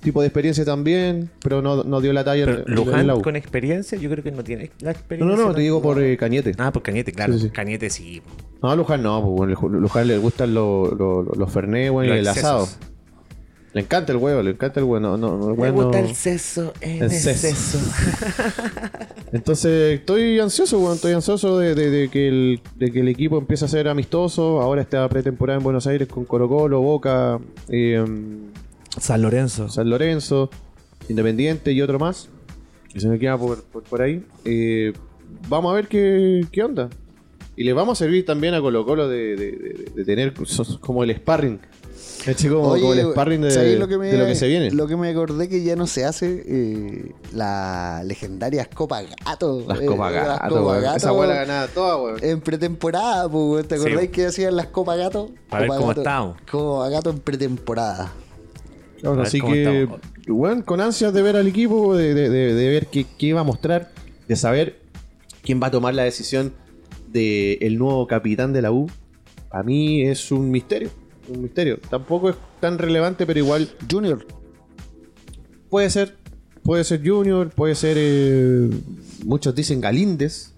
S1: tipo de experiencia también, pero no, no dio la talla en-
S3: Pero
S1: en, en la
S3: Luján
S1: U.
S3: con experiencia, yo creo que no tiene la
S1: No,
S3: experiencia.
S1: no, no, te digo por eh, Cañete.
S3: Ah, por Cañete, claro.
S1: Sí, sí.
S3: Cañete sí.
S1: No, Luján no, pues, bueno, Lu- Luján le gustan los lo, lo- los Fernet, weón, y
S3: Los
S1: el asado.
S3: excesos.
S1: Le encanta el huevo, le encanta el huevo. No, no, no, el
S3: Me
S1: weón no.
S3: gusta el seso
S1: El
S3: en
S1: seso.
S3: exceso.
S1: Entonces, estoy ansioso, weón. Estoy ansioso de, de- de que el, de que el equipo empiece a ser amistoso. Ahora está pretemporada en Buenos Aires con Colo Colo, Boca, eh,
S3: San Lorenzo.
S1: San Lorenzo, Independiente y otro más. Que se me queda por, por- por ahí. Eh, vamos a ver qué, qué onda. Y le vamos a servir también a Colo Colo de, de- de- de tener sos como el sparring. ¿Cachai? Como,
S4: Oye,
S1: como el sparring de de
S4: ¿sabéis
S1: lo que, se viene.
S4: Lo que me acordé que ya no se hace, eh, las legendarias Copa Gato.
S1: Las
S4: eh,
S1: copas
S4: las
S1: gato,
S4: Copa
S1: weón.
S4: Gato
S1: Esa weá la ganaba toda, weón.
S4: En pretemporada, pues, weón. ¿te
S3: Sí.
S4: acordáis que hacían las Copa Gato?
S3: Para ver
S4: Copa
S3: cómo
S4: Gato-
S3: estábamos.
S4: Copa Gato en pretemporada.
S1: Claro,
S3: A ver
S1: así
S3: cómo
S1: que,
S3: estamos.
S1: bueno, con ansias de ver al equipo, de, de- de- de ver qué, qué va a mostrar, de saber quién va a tomar la decisión del el nuevo capitán de la U. A mí es un misterio, un misterio. Tampoco es tan relevante, pero igual
S4: Junior,
S1: puede ser, puede ser Junior, puede ser, eh, muchos dicen Galíndez.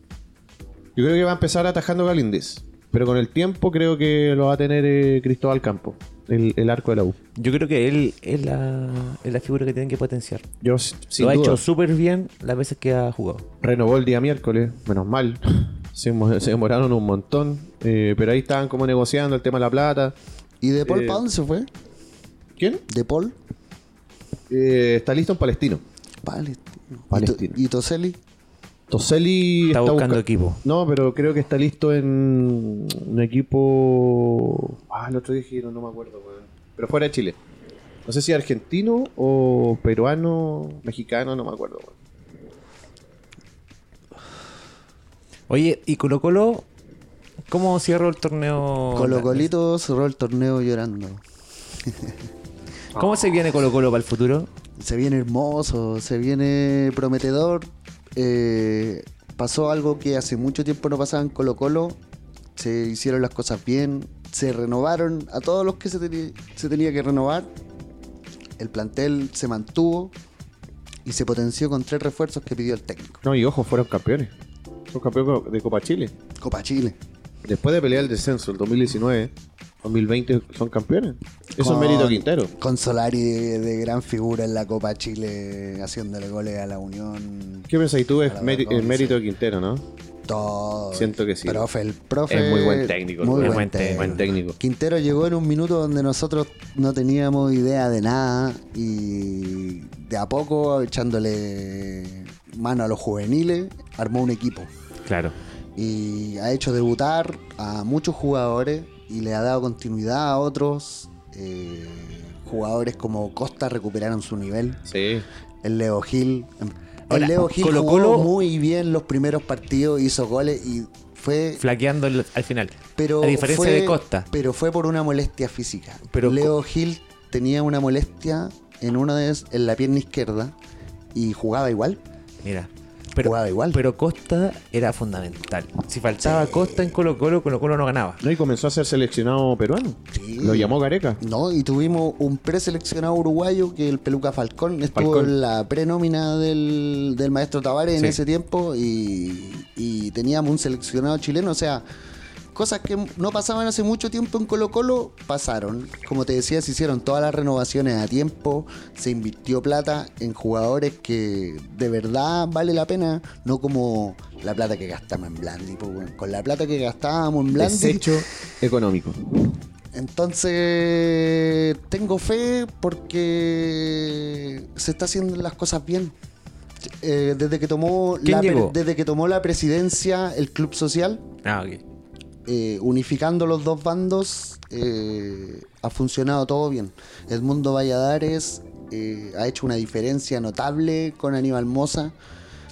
S1: Yo creo que va a empezar atajando Galíndez, pero con el tiempo creo que lo va a tener eh, Cristóbal Campo, el, el arco de la U.
S3: Yo creo que él es la, es la figura que tienen que potenciar.
S1: Yo, s- sin
S3: Lo ha
S1: duda.
S3: hecho súper bien las veces que ha jugado.
S1: renovó el día miércoles, menos mal. Se, mo- se demoraron un montón. eh, pero ahí estaban como negociando el tema de la plata.
S4: ¿y De Paul
S1: Eh.
S4: para dónde se fue?
S1: ¿Quién?
S4: ¿De Paul?
S1: Eh, está listo en Palestino.
S4: Palestino.
S1: Palestino.
S4: ¿Y, To- y Toselli?
S1: Toselli
S3: Está, buscando
S1: busca-
S3: equipo.
S1: No, pero creo que está listo en un equipo. Ah, el otro día dijeron, no me acuerdo, weón. Pero fuera de Chile. No sé si argentino o peruano, mexicano, no me acuerdo, weón.
S3: Oye, ¿y Colo Colo? ¿Cómo cierro el torneo?
S4: Colo Colito cerró el torneo llorando.
S3: ¿Cómo se viene Colo Colo para el futuro?
S4: Se viene hermoso, se viene prometedor. eh, pasó algo que hace mucho tiempo no pasaba en Colo Colo. Se hicieron las cosas bien, se renovaron a todos los que se, teni- se tenía que renovar. El plantel se mantuvo y se potenció con tres refuerzos que pidió el técnico.
S1: No, y ojo, fueron campeones. Son campeones de Copa Chile.
S4: Copa Chile.
S1: Después de pelear el descenso, el 2019, 2020 son campeones. Eso
S4: Con-
S1: es mérito de Quintero.
S4: Con Solari de, de gran figura en la Copa Chile, haciéndole goles a la Unión.
S1: ¿Qué pensáis tú? Es
S4: Para
S1: méri-
S4: ver cómo
S1: es mérito
S4: dice.
S1: de Quintero, ¿no?
S4: Todo.
S1: Siento que sí.
S4: Profe, el profe.
S1: Es muy buen técnico,
S4: Muy
S1: es
S4: buen,
S3: buen
S4: técnico.
S1: Buen técnico.
S4: Quintero llegó en un minuto donde nosotros no teníamos idea de nada y de a poco, echándole mano a los juveniles, armó un equipo.
S3: Claro.
S4: Y ha hecho debutar a muchos jugadores y le ha dado continuidad a otros. eh, jugadores como Costa recuperaron su nivel.
S1: Sí.
S4: El Leo Gil.
S3: Ahora,
S4: el Leo Gil
S3: Colo
S4: jugó
S3: Colo-
S4: muy bien los primeros partidos, hizo goles y fue.
S3: Flaqueando el- al final.
S4: Pero
S3: a diferencia
S4: fue-
S3: de Costa.
S4: Pero fue por una molestia física.
S3: Pero
S4: Leo Gil tenía una molestia en una de en la pierna izquierda y jugaba igual.
S3: Mira. Pero,
S4: Jugaba igual.
S3: pero Costa era fundamental. Si faltaba
S4: Sí.
S3: Costa en Colo Colo, Colo Colo no ganaba.
S1: No, y comenzó a ser seleccionado peruano.
S4: Sí.
S1: Lo llamó Gareca.
S4: No, y tuvimos un preseleccionado uruguayo que el Peluca Falcón estuvo
S1: Falcón.
S4: en la prenómina del, del maestro Tavares en
S3: Sí.
S4: ese tiempo y, y teníamos un seleccionado chileno, o sea, cosas que no pasaban hace mucho tiempo en Colo Colo pasaron. Como te decía, se hicieron todas las renovaciones a tiempo, se invirtió plata en jugadores que de verdad vale la pena, no como la plata que gastamos en Blandi, pues, weón. con la plata que gastábamos en Blandi.
S1: Desecho económico.
S4: Entonces, tengo fe porque se está haciendo las cosas bien. Eh, desde, que tomó
S3: ¿Quién
S4: la, pre-
S3: llegó?
S4: desde que tomó la presidencia el Club Social,
S3: Ah, ok.
S4: eh, unificando los dos bandos, eh, ha funcionado todo bien. Edmundo Valladares eh, ha hecho una diferencia notable con Aníbal Moza,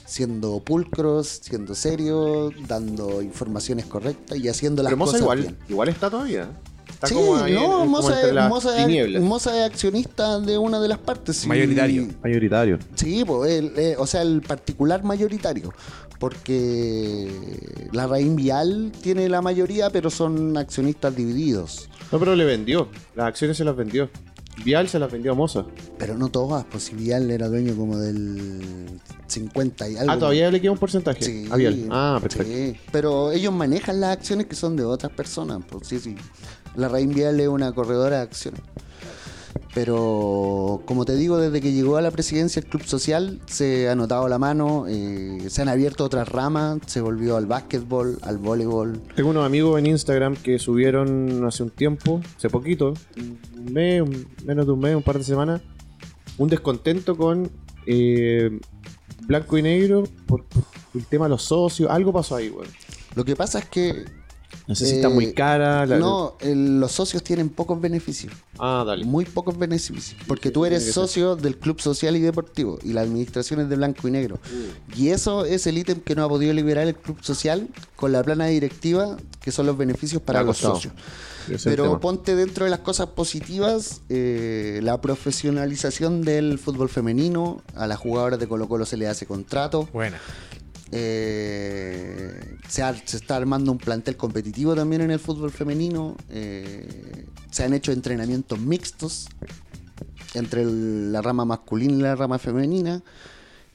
S4: siendo pulcros, siendo serios, dando informaciones correctas y haciendo las
S1: Pero Moza
S4: cosas
S1: igual,
S4: bien.
S1: igual está todavía. Está
S4: Sí,
S1: como ahí,
S4: no,
S1: en- como
S4: Moza
S1: entre
S4: es-
S1: las
S4: Moza es-
S1: tinieblas.
S4: Moza es accionista de una de las partes. y-
S3: Mayoritario.
S1: Mayoritario.
S4: Sí, pues, el- eh, o sea, el particular mayoritario. Porque la Raín Vial tiene la mayoría, pero son accionistas divididos.
S1: No, pero le vendió. Las acciones se las vendió. Vial se las vendió a Moza.
S4: Pero no todas, pues si Vial era dueño como del 50 y algo.
S1: Ah, todavía le queda un porcentaje.
S4: Sí,
S1: a Vial. Ah, perfecto.
S4: sí. Pero ellos manejan las acciones que son de otras personas. Pues, sí, sí. La Raín Vial es una corredora de acciones. Pero como te digo, desde que llegó a la presidencia el Club Social se ha notado la mano, eh, se han abierto otras ramas, se volvió al básquetbol, al voleibol.
S1: Tengo unos amigos en Instagram que subieron hace un tiempo, hace poquito, un mes, un- menos de un mes, un par de semanas, un descontento con eh, Blanco y Negro por, por el tema de los socios. Algo pasó ahí, weón.
S4: Lo que pasa es que
S1: No sé si está
S4: Eh,
S1: muy cara. la-
S4: no, Mm, el- los socios tienen pocos beneficios.
S1: Ah, dale.
S4: Muy pocos beneficios. Porque tú eres
S1: tiene que ser.
S4: socio del club social y deportivo y la administración es de blanco y negro.
S1: Mm.
S4: Y eso es el ítem que no ha podido liberar el club social con la plana directiva, que son los beneficios para
S1: Me ha
S4: los
S1: costado.
S4: socios.
S1: Ese es el
S4: Pero
S1: tema.
S4: ponte dentro de las cosas positivas eh, la profesionalización del fútbol femenino. A las jugadoras de Colo Colo se le hace contrato.
S3: Buena.
S4: Eh, se, ha- se está armando un plantel competitivo también en el fútbol femenino. eh, se han hecho entrenamientos mixtos entre el- la rama masculina y la rama femenina.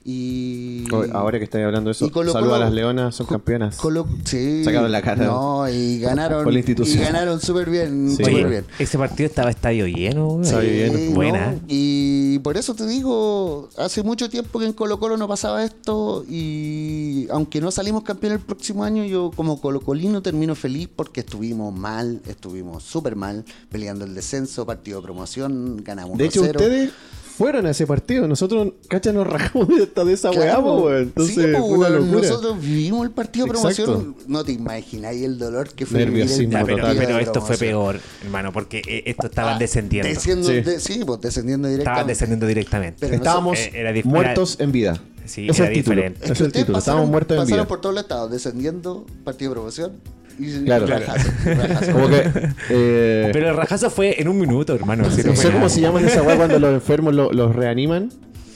S4: Y
S1: Oye, Ahora que estáis hablando de eso,
S4: y Colo
S1: saluda a
S4: Colo-
S1: las leonas, son
S4: Co-
S1: campeonas.
S4: Colo- sí,
S1: Sacaron la cara.
S4: No, y ganaron.
S1: Por la institución.
S4: Y ganaron súper bien.
S1: Sí.
S4: súper
S1: Oye,
S4: bien.
S3: ese partido estaba estadio lleno, güey.
S1: Está
S4: Sí,
S1: bien.
S4: ¿no?
S3: Buena.
S4: Y por eso te digo, hace mucho tiempo que en Colo Colo no pasaba esto y aunque no salimos campeón el próximo año, yo como colocolino termino feliz porque estuvimos mal, estuvimos súper mal, peleando el descenso, partido de promoción, ganamos
S1: De hecho,
S4: 1-0.
S1: ustedes fueron a ese partido. Nosotros, cacha, nos rajamos de, esta- de esa
S4: Claro,
S1: weá, po, weón.
S4: sí,
S1: Entonces,
S4: po,
S1: fue una
S4: weón,
S1: locura.
S4: Nosotros vivimos el partido de
S1: Exacto.
S4: promoción. No te imagináis el dolor que fue vivir el
S1: Nerviosismo
S3: Ya, pero,
S1: total.
S4: partido
S3: pero
S4: de
S3: esto fue
S4: promoción.
S3: peor, hermano, porque eh, esto estaban
S4: Ah,
S3: descendiendo.
S4: desciendo-
S1: Sí.
S4: de- sí, pues descendiendo
S3: Estaban
S4: directamente.
S3: descendiendo directamente.
S4: Pero
S1: Estábamos
S3: nosotros- eh, era dif-
S1: muertos en vida.
S3: Sí,
S1: Ese es
S3: era
S1: el título.
S3: diferente.
S1: Ese es el
S4: Ustedes
S1: título. Estábamos muertos en
S4: pasaron
S1: vida.
S4: por todos los estados, descendiendo, partido de promoción. Y
S1: Claro.
S4: rajazo, rajazo.
S1: Como que. eh,
S3: Pero el rajazo fue en un minuto, hermano. si
S1: no
S3: fue
S1: sé
S3: nada.
S1: cómo se llaman esa weá cuando los enfermos lo- los reaniman.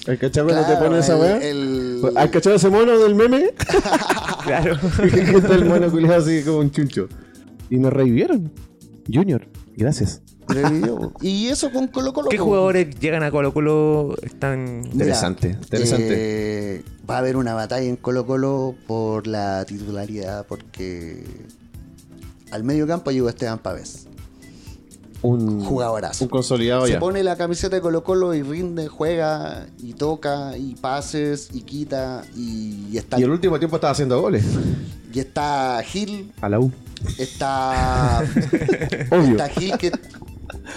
S1: ¿El cachado cuando te
S4: Claro,
S1: ponen esa
S4: el-
S1: weá?
S4: el-
S1: ¿Al cachado ese mono del meme?
S3: Claro.
S1: que está el mono culiado así como un chuncho. Y nos revivieron. Junior, gracias.
S4: Revivió. Y eso con Colo Colo.
S3: ¿Qué
S4: po.
S3: jugadores llegan a Colo Colo están
S4: Mira,
S1: Interesante, interesante.
S4: eh, va a haber una batalla en Colo Colo por la titularidad porque al medio campo llegó Esteban Pavés.
S1: Un
S4: Jugadorazo.
S1: Un consolidado Oh,
S4: Se
S1: ya.
S4: pone la camiseta de Colo Colo y rinde, juega y toca y pases y quita y, y está
S1: Y el último tiempo estaba haciendo goles.
S4: y está Gil,
S1: A la U.
S4: está
S1: Obvio.
S4: Está Gil que,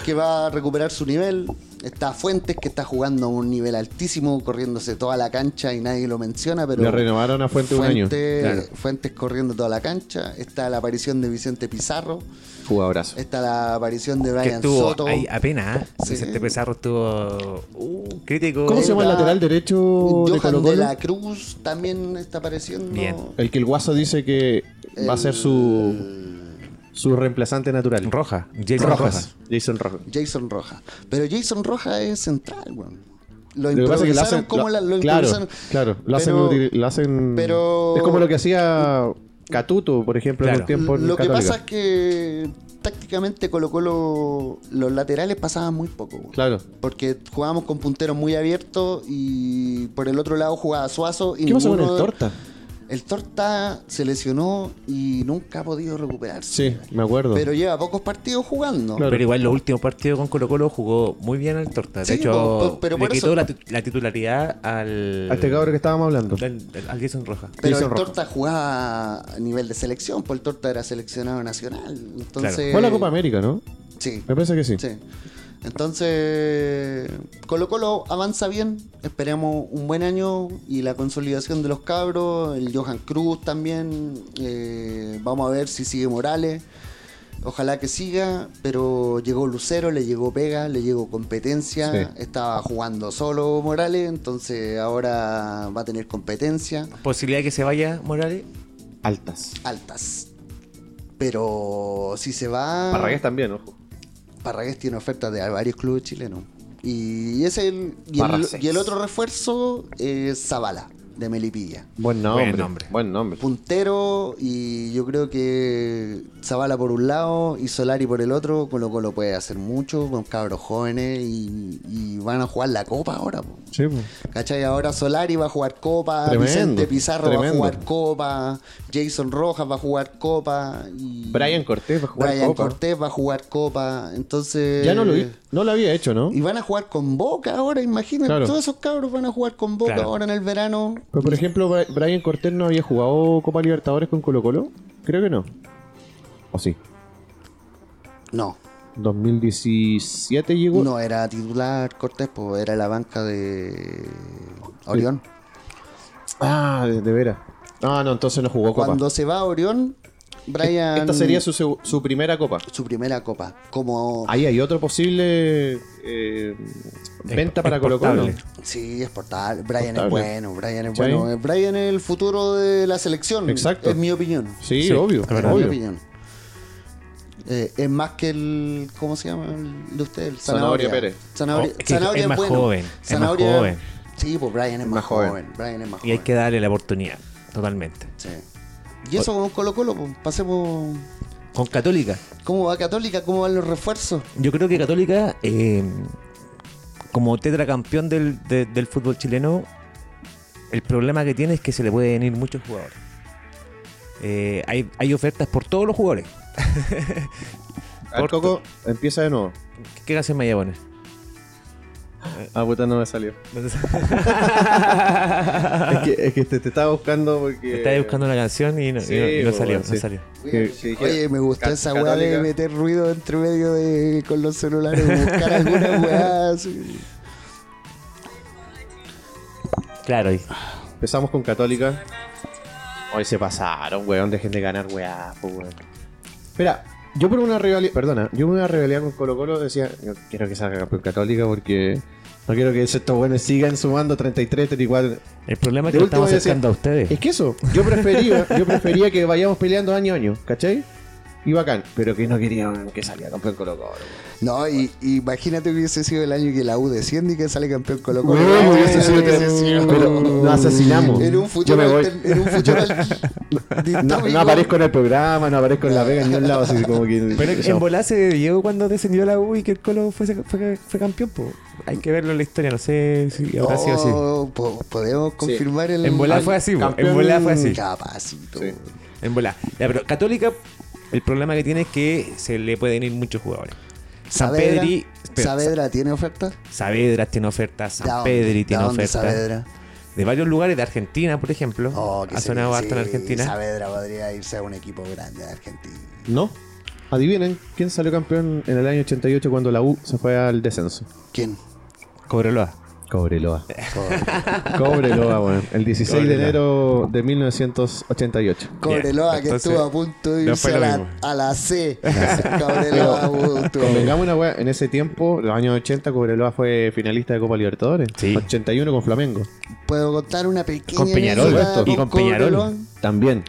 S4: que va a recuperar su nivel. Está Fuentes que está jugando a un nivel altísimo, corriéndose toda la cancha y nadie lo menciona, pero.
S1: Le renovaron a Fuente, un año.
S4: Fuente- Fuentes corriendo toda la cancha. Está la aparición de Vicente Pizarro.
S1: Jugadorazo.
S4: Está la aparición de
S3: que
S4: Brian Soto.
S3: estuvo ahí apenas? ¿eh?
S4: Sí.
S3: Vicente Pizarro estuvo uh, crítico.
S1: ¿Cómo se llama el
S4: Está
S1: lateral derecho de
S4: Johan
S1: Colo
S4: de
S1: Colo?
S4: la Cruz también está apareciendo.
S3: Bien.
S1: El que el Guaso dice que va a ser su,
S4: El-
S1: su reemplazante natural.
S3: Roja. Jason Rojas.
S1: Rojas. Jason Rojas.
S4: Jason Roja. Pero Jason Roja es central, weón. Lo
S1: Lo que pasa es que lo hacen.
S4: improvisaron como
S1: lo-
S4: la, lo
S1: claro,
S4: improvisaron.
S1: claro. Lo hacen.
S4: Pero-
S1: util- lo hacen-
S4: pero-
S1: es como lo que hacía Catuto, por ejemplo, en
S3: Claro.
S1: el tiempo. en
S4: Lo que
S1: Católica.
S4: pasa es que tácticamente Colo Colo los laterales pasaban muy poco. güey.
S1: Claro.
S4: Porque jugábamos con punteros muy abiertos y por el otro lado jugaba Suazo. Y
S1: ¿Qué pasó con el
S4: ninguno-
S1: Torta?
S4: El Torta se lesionó y nunca ha podido recuperarse.
S1: Sí, me acuerdo.
S4: Pero lleva pocos partidos jugando.
S1: Claro.
S3: Pero igual los últimos partidos con Colo Colo jugó muy bien al Torta. De
S4: Sí,
S3: hecho,
S4: po- po- pero
S3: le
S4: por
S3: quitó
S4: eso-
S3: la, tu- la titularidad al...
S1: A este cabrón que estábamos hablando.
S4: Eh,
S3: al- al Jason Roja.
S4: Pero
S1: Jason
S4: el
S1: Rojas.
S4: Torta jugaba a nivel de selección, pues el Torta era seleccionado nacional. Entonces,
S1: Fue a la Copa América, ¿no?
S4: Sí.
S1: Me parece que sí.
S4: Sí. Entonces, Colo Colo avanza bien, esperamos un buen año y la consolidación de los cabros, el Johan Cruz también, eh, vamos a ver si sigue Morales, ojalá que siga, pero llegó Lucero, le llegó Pega, le llegó competencia,
S1: Sí.
S4: estaba jugando solo Morales, entonces ahora va a tener competencia,
S3: Posibilidad de que se vaya Morales.
S1: Altas.
S4: altas. Pero si se va...
S1: Parragués también, ojo.
S4: Parragués tiene ofertas de varios clubes chilenos. Y ese es el, y,
S1: Barra
S4: el,
S1: seis.
S4: y el otro refuerzo es Zavala. de Melipilla.
S1: Buen nombre. Buen nombre.
S3: nombre.
S4: Puntero y yo creo que Zavala por un lado y Solari por el otro, con lo cual lo puede hacer mucho con cabros jóvenes y, y van a jugar la copa ahora. po.
S1: Sí, pues.
S4: ¿Cachai? Ahora Solari va a jugar copa,
S1: Tremendo,
S4: Vicente Pizarro va a
S1: tremendo.
S4: jugar copa, Jason Rojas va a jugar copa y
S1: Brian Cortés va a jugar
S4: Brian
S1: Copa.
S4: Cortés va a jugar copa. Entonces
S1: Ya no lo vi, no lo había hecho, ¿no?
S4: y van a jugar con Boca ahora, imagínate.
S1: Claro.
S4: Todos esos cabros van a jugar con Boca
S3: Claro.
S4: ahora en el verano.
S1: Pero por ejemplo, Bra- Brian Cortés no había jugado Copa Libertadores con Colo Colo. Creo que no. ¿O sí?
S4: No,
S1: 2017 llegó.
S4: no era titular Cortés, pues era la banca de Orión.
S1: Ah, de, de veras. Ah, no, entonces no jugó Copa.
S4: Cuando se va a Orión, Brian.
S1: Esta sería su, seg- su primera Copa.
S4: su primera copa. Como.
S1: Ahí hay otro posible eh, venta para Colo Colo.
S3: exportable.
S4: Sí, es portable. Brian es
S1: Portable.
S4: bueno, Brian es
S1: Sí.
S4: bueno. Eh, Brian es el futuro de la selección.
S1: Exacto.
S4: Es mi opinión.
S1: Sí,
S3: Sí,
S1: obvio.
S3: es
S4: Es
S3: verdad.
S4: mi
S1: obvio.
S4: opinión. Eh, es más que el. ¿Cómo se llama el de usted? El
S1: Zanahoria
S4: Zanahoria.
S1: Pérez.
S4: Zanahoria,
S3: Oh, es que
S4: Zanahoria
S3: es más
S4: bueno.
S3: joven, es más
S4: Zanahoria-
S3: joven.
S4: Sí, pues Brian es más,
S1: más
S4: joven.
S1: joven.
S4: Brian es más
S3: Y hay
S4: joven.
S3: que darle la oportunidad, totalmente.
S4: Sí. Y eso con Colo Colo, pues, pasemos.
S3: Con Católica,
S4: ¿Cómo va Católica? ¿Cómo van los refuerzos?
S3: yo creo que Católica, eh, como tetracampeón del, de- del fútbol chileno, el problema que tiene es que se le pueden ir muchos jugadores. Eh, hay, hay ofertas por todos los jugadores.
S1: A ver, Coco, empieza de nuevo.
S3: ¿Qué- ¿Qué canción me voy a poner? Eh.
S1: Ah, puta, no me salió. es, que, es que te, te estaba buscando porque.
S3: Estaba buscando una canción y no, y
S1: Sí,
S3: no- y no
S1: po,
S3: salió.
S1: sí.
S3: No salió.
S1: Que- que dijera,
S4: Oye, me gustó
S1: "Ca-
S4: esa weá de
S1: Católica".
S4: meter ruido entre medio de, con los celulares, buscar alguna weá. así.
S3: Claro, y-
S1: Empezamos con Católica. Hoy se pasaron, weón. Dejen de ganar, weá, po, weón. Espera, yo por una rivalidad. Perdona, yo por una rivalidad con Colo Colo decía: Yo quiero que salga campeón Católica porque no quiero que estos buenos sigan sumando 33, 34.
S3: el problema es
S1: De
S3: que
S1: último
S3: lo estamos
S1: decía,
S3: acercando a ustedes.
S1: Es que eso, yo prefería, yo prefería que vayamos peleando año a año, ¿cachai? Y bacán, pero que no quería que salga campeón Colo Colo.
S4: No, y, y imagínate que hubiese sido el año que la U desciende y que sale campeón Colo Colo.
S1: Weón, hubiese sido- pero lo asesinamos.
S4: En un
S1: Yo
S4: futuro,
S1: me voy.
S4: altern- en un futuro altern-
S1: No,
S4: distópico.
S1: no aparezco en el programa, no aparezco en la vega, ni en un lado, así como que.
S3: Pero en
S1: Chao.
S3: volá se llegó cuando descendió la U y que el Colo fue, fue, fue campeón. po. Oh, Hay que verlo en la historia, no sé si habrá sido así.
S4: No, po- podemos confirmar el. mm,
S3: En volá fue así, po.
S1: campeón-
S3: en volá fue así.
S4: Capacito.
S1: Sí.
S3: En volá. Ya, pero Católica, el problema que tiene es que se le pueden ir muchos jugadores. San
S4: Saavedra,
S3: Pedri, espera,
S4: Saavedra tiene oferta.
S3: Sa- Saavedra tiene ofertas,
S4: ¿De
S3: San
S4: dónde-
S3: Pedri
S4: de
S3: tiene
S4: dónde
S3: ofertas.
S4: Saavedra?
S3: De varios lugares, de Argentina, por ejemplo.
S4: Oh, que
S3: ha
S4: se-
S3: sonado harto en
S4: sí,
S3: Argentina.
S4: Saavedra podría irse a un equipo grande de Argentina.
S1: No. Adivinen quién salió campeón en el año 88 cuando la U se fue al descenso.
S4: ¿Quién?
S3: Cobreloa.
S1: Cobreloa.
S4: Cobre-
S1: Cobreloa, weón. El 16 de
S3: Cobreloa.
S1: enero de 1988.
S4: Cobreloa
S3: Bien,
S4: que
S3: entonces,
S4: estuvo a punto de
S3: no
S4: irse
S3: fue
S4: a
S3: lo
S4: la,
S3: mismo.
S4: a la C. Cobreloa estuvo-
S1: Convengamos una weá, en ese tiempo, los años 80, Cobreloa fue finalista de Copa Libertadores.
S3: Sí.
S1: 81 con Flamengo.
S4: Puedo contar una pequeña.
S3: Con Peñarol,
S4: anécdota
S3: y con Peñarol.
S4: Cobreloa?
S1: También.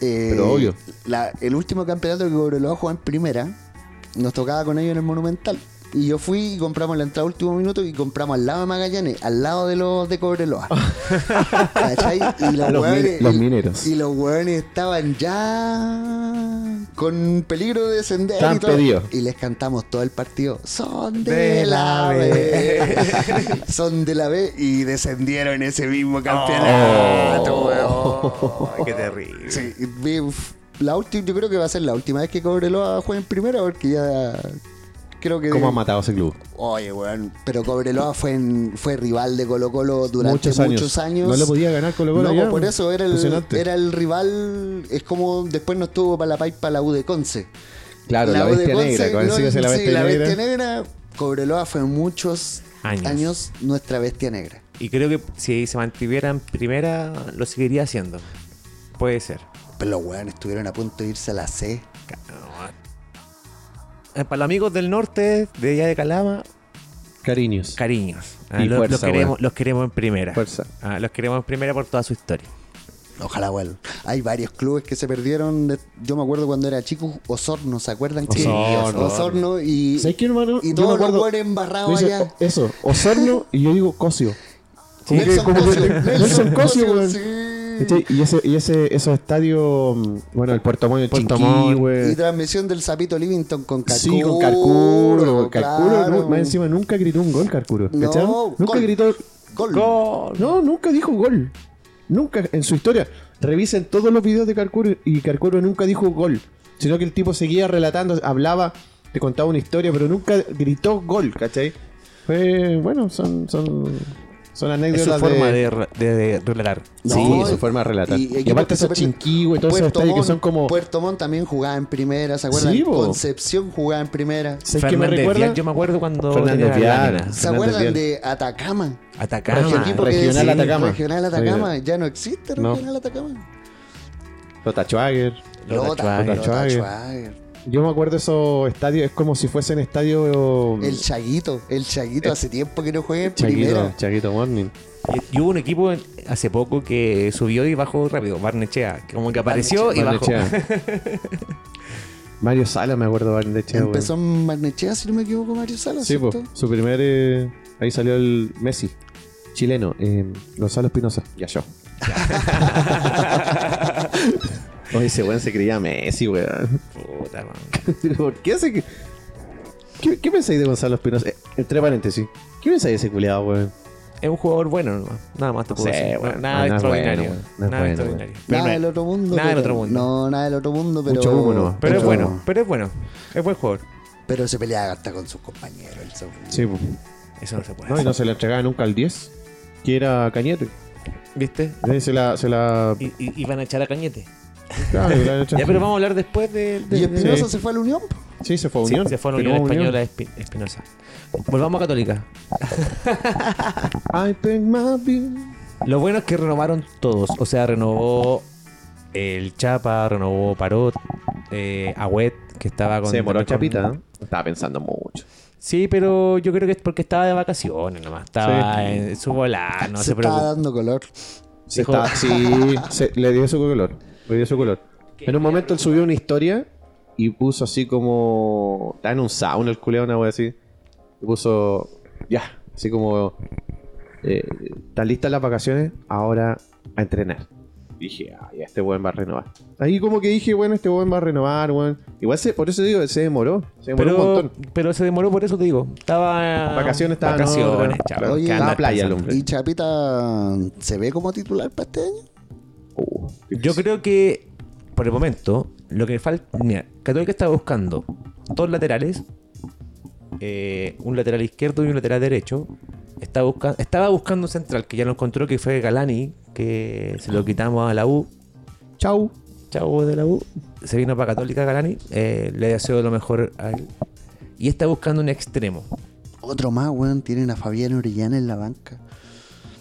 S4: Eh,
S1: Pero obvio.
S4: la- el último campeonato que Cobreloa jugó en primera, nos tocaba con ellos en el Monumental. Y yo fui y compramos la entrada último minuto y compramos al lado de Magallanes, al lado de los de Cobreloa. ¿Cachai? Y los,
S1: Los min-
S4: hueones-
S1: los
S4: y-
S1: mineros.
S4: Y los hueones estaban ya con peligro de descender.
S1: Tan
S4: y, todo.
S1: pedido.
S4: y les cantamos todo el partido. Son de,
S3: De
S4: la
S3: la
S4: B. Son de la B y descendieron ese
S1: Oh.
S4: mismo campeonato. weón.
S3: Ay, Oh, qué terrible.
S4: Sí, y vi- uf, la última, yo creo que va a ser la última vez que Cobreloa juegue en primera porque ya creo que
S1: ¿Cómo ha matado ese club?
S4: Oye, weón, pero Cobreloa fue en- fue rival de Colo Colo durante muchos años.
S1: No lo podía ganar Colo Colo.
S4: No,
S1: allá.
S4: por eso era el,
S1: Impresionante.
S4: era el rival, es como después no estuvo para la Paipa para la U de Conce.
S1: Claro, la,
S4: U de
S1: bestia
S4: Conce,
S1: negra.
S4: no,
S1: Consigue ser la
S4: sí,
S1: bestia negra.
S4: negra, Cobreloa fue muchos
S3: Años.
S4: años nuestra bestia negra.
S3: Y creo que si se mantuviera en primera, lo seguiría haciendo. Puede ser.
S4: Pero los weones estuvieron a punto de irse a la C.
S3: Eh, Para los amigos del norte, de allá de Calama,
S1: Cariños.
S3: cariños. Ah,
S1: Y
S3: lo-
S1: fuerza,
S3: los, queremos,
S1: weón.
S3: los queremos en primera.
S1: Fuerza.
S3: Ah, los queremos en primera por toda su historia.
S4: Ojalá vuelva. Hay varios clubes que se perdieron. de- yo me acuerdo cuando era chico, Osorno, ¿se acuerdan? que-
S1: Osorno.
S4: Osorno y,
S1: ¿Sabes qué, hermano? Yo
S4: y
S1: me eh,
S4: todos los
S1: acuerdo-
S4: buenos
S1: Me
S4: embarrados
S1: dice,
S4: allá.
S1: "O- Eso, Osorno y yo digo Cosio. Como que- como que- Nelson Cosio, Este, weón.
S4: sí.
S1: ¿Cachai? Y, ese, y ese, esos estadios, mm, bueno, el Puerto Montt, el
S3: Puerto
S1: Chinquí,
S3: Montt.
S1: güey.
S4: Y transmisión del Sapito Livington con Carcuro.
S1: Sí, con Carcuro, Carcuro,
S4: claro.
S1: no, más encima nunca gritó un gol, Carcuro.
S4: No,
S1: ¿cachai? nunca
S4: gol.
S1: gritó.
S4: Gol.
S1: No, nunca dijo gol. Nunca, en su historia. Revisen todos los videos de Carcuro y Carcuro nunca dijo gol. Sino que el tipo seguía relatando, hablaba, te contaba una historia, pero nunca gritó gol, ¿cachai? Fue, bueno, son, son, son
S3: Es su
S1: anécdotas
S3: forma
S1: de,
S3: de, re- de- de relatar.
S1: Sí,
S4: No,
S1: es su forma de relatar.
S4: y-
S1: Y,
S4: y-
S1: aparte esos chinquigües, todos esos
S4: Puerto
S1: estadios que
S4: Montt-
S1: son como...
S4: Puerto Montt también jugaba en primera, ¿se acuerdan?
S1: Sí, po.
S4: Concepción jugaba en primera.
S1: ¿Sabes qué me
S3: Fernández
S1: recuerda?
S3: Vial, yo me acuerdo cuando
S1: Fernández
S3: tenía la
S1: Vial.
S3: lámina.
S4: ¿Se
S1: Fernández
S4: acuerdan
S1: Vial.
S4: de Atacama?
S3: Atacama.
S1: Regio-
S4: El equipo que
S1: Regional
S4: decía,
S1: Atacama.
S4: Regional Atacama. Ya no existe
S1: No.
S4: Regional Atacama.
S1: Lota Schwager.
S3: Lota Schwager.
S4: Lota
S1: Schwager.
S4: Schwager.
S1: Yo me acuerdo esos estadios, es como si fuesen estadios...
S4: El Chaguito. El Chaguito hace tiempo que no juega en
S1: Eh, Chaguito,
S4: primera.
S1: Chaguito Morning.
S3: Y, y hubo un equipo en- hace poco que subió y bajó rápido, Barnechea. que Como que apareció Oh, y bajó.
S1: Barnechea. Mario Sala, me acuerdo, Barnechea. weón.
S4: Empezó en Marnechea, si no me equivoco, Mario Salas.
S1: Sí, po,
S4: ¿cierto?
S1: su primer... eh, ahí salió el Messi, chileno, eh, Gonzalo Espinosa. Ya yo. Oye, ese weón se creía Messi, weón.
S3: Puta, man.
S1: Pero, ¿Por qué hace que.? ¿Qué, qué pensáis de Gonzalo Espinosa? Eh, entre paréntesis. ¿Qué pensáis de ese culiado, weón?
S3: Es un jugador bueno nomás. Nada más te puedo
S1: Sí,
S3: decir. No-
S1: bueno,
S3: nada
S1: no es
S3: extraordinario.
S1: bueno, bueno, no es
S3: nada
S1: bueno,
S3: extraordinario. Pero
S4: Nada
S3: no es-
S4: del otro mundo.
S3: Nada del
S4: pero-
S3: otro mundo.
S4: No, nada del otro mundo, pero.
S1: Mucho humo nomás.
S3: Pero es
S1: Pero-
S3: bueno, pero es bueno. Es buen jugador.
S4: Pero se peleaba hasta con sus compañeros. el segundo.
S1: Sí, po.
S3: Eso no se puede
S1: No, y
S3: hacer.
S1: no se le entregaba nunca al 10, que era Cañete.
S3: ¿Viste?
S1: Eh, Se la. Se la...
S3: Y, y- y van a echar a Cañete.
S1: Claro, se la
S3: Ya, pero vamos a hablar después de... de-
S4: Y
S3: de-
S4: Espinosa
S1: Sí.
S4: se fue a la Unión. po.
S1: Sí, se fue a
S3: Sí,
S1: Unión.
S3: se fue a la
S1: Firmó
S3: Unión Española Espi- Espinosa. Volvamos a Católica.
S1: I think my bill.
S3: Lo bueno es que renovaron todos. O sea, renovó el Chapa, renovó Parot, eh, Agüet, que estaba con.
S1: Se demoró
S3: con-
S1: Chapita. ¿eh? Estaba pensando mucho.
S3: Sí, pero yo creo que es porque estaba de vacaciones nomás. Estaba
S1: Sí.
S3: en su volar, no
S4: se,
S3: se,
S4: estaba
S3: preocupó.
S4: dando color.
S1: Se
S3: Dijo-
S1: está- sí, se- le dio su color. Le dio su color. En un momento él subió una historia y puso así como. Está en un sauna el culeado, una wea así. Y puso. Ya, así como. eh, ¿Están listas las vacaciones? Ahora a entrenar. Dije, ah, ya este weón va a renovar. Ahí como que dije, bueno, este weón va a renovar, weón. Igual se, por eso digo, se demoró. Se demoró un
S3: Pero,
S1: montón.
S3: pero se demoró por eso, te digo. Estaba.
S1: Vacaciones estaba en
S3: Vacaciones,
S1: otra.
S3: chaval.
S4: Oye,
S3: ¿Qué
S4: estaba
S3: andas
S1: playa el
S3: pensando?
S1: hombre.
S4: ¿Y Chapita se ve como titular para este año?
S1: Oh,
S3: Yo creo que por el momento, lo que falta. Mira, Católica está buscando dos laterales. eh, un lateral izquierdo y un lateral derecho. Está busca- estaba buscando un central que ya lo encontró, que fue Galani, que se lo quitamos a la U.
S1: Chau.
S3: Chavo de la U. Se vino para Católica Galani. eh, le deseo lo mejor a él. Y está buscando un extremo.
S4: Otro más, weón. Tienen a Fabián Orellana en la banca.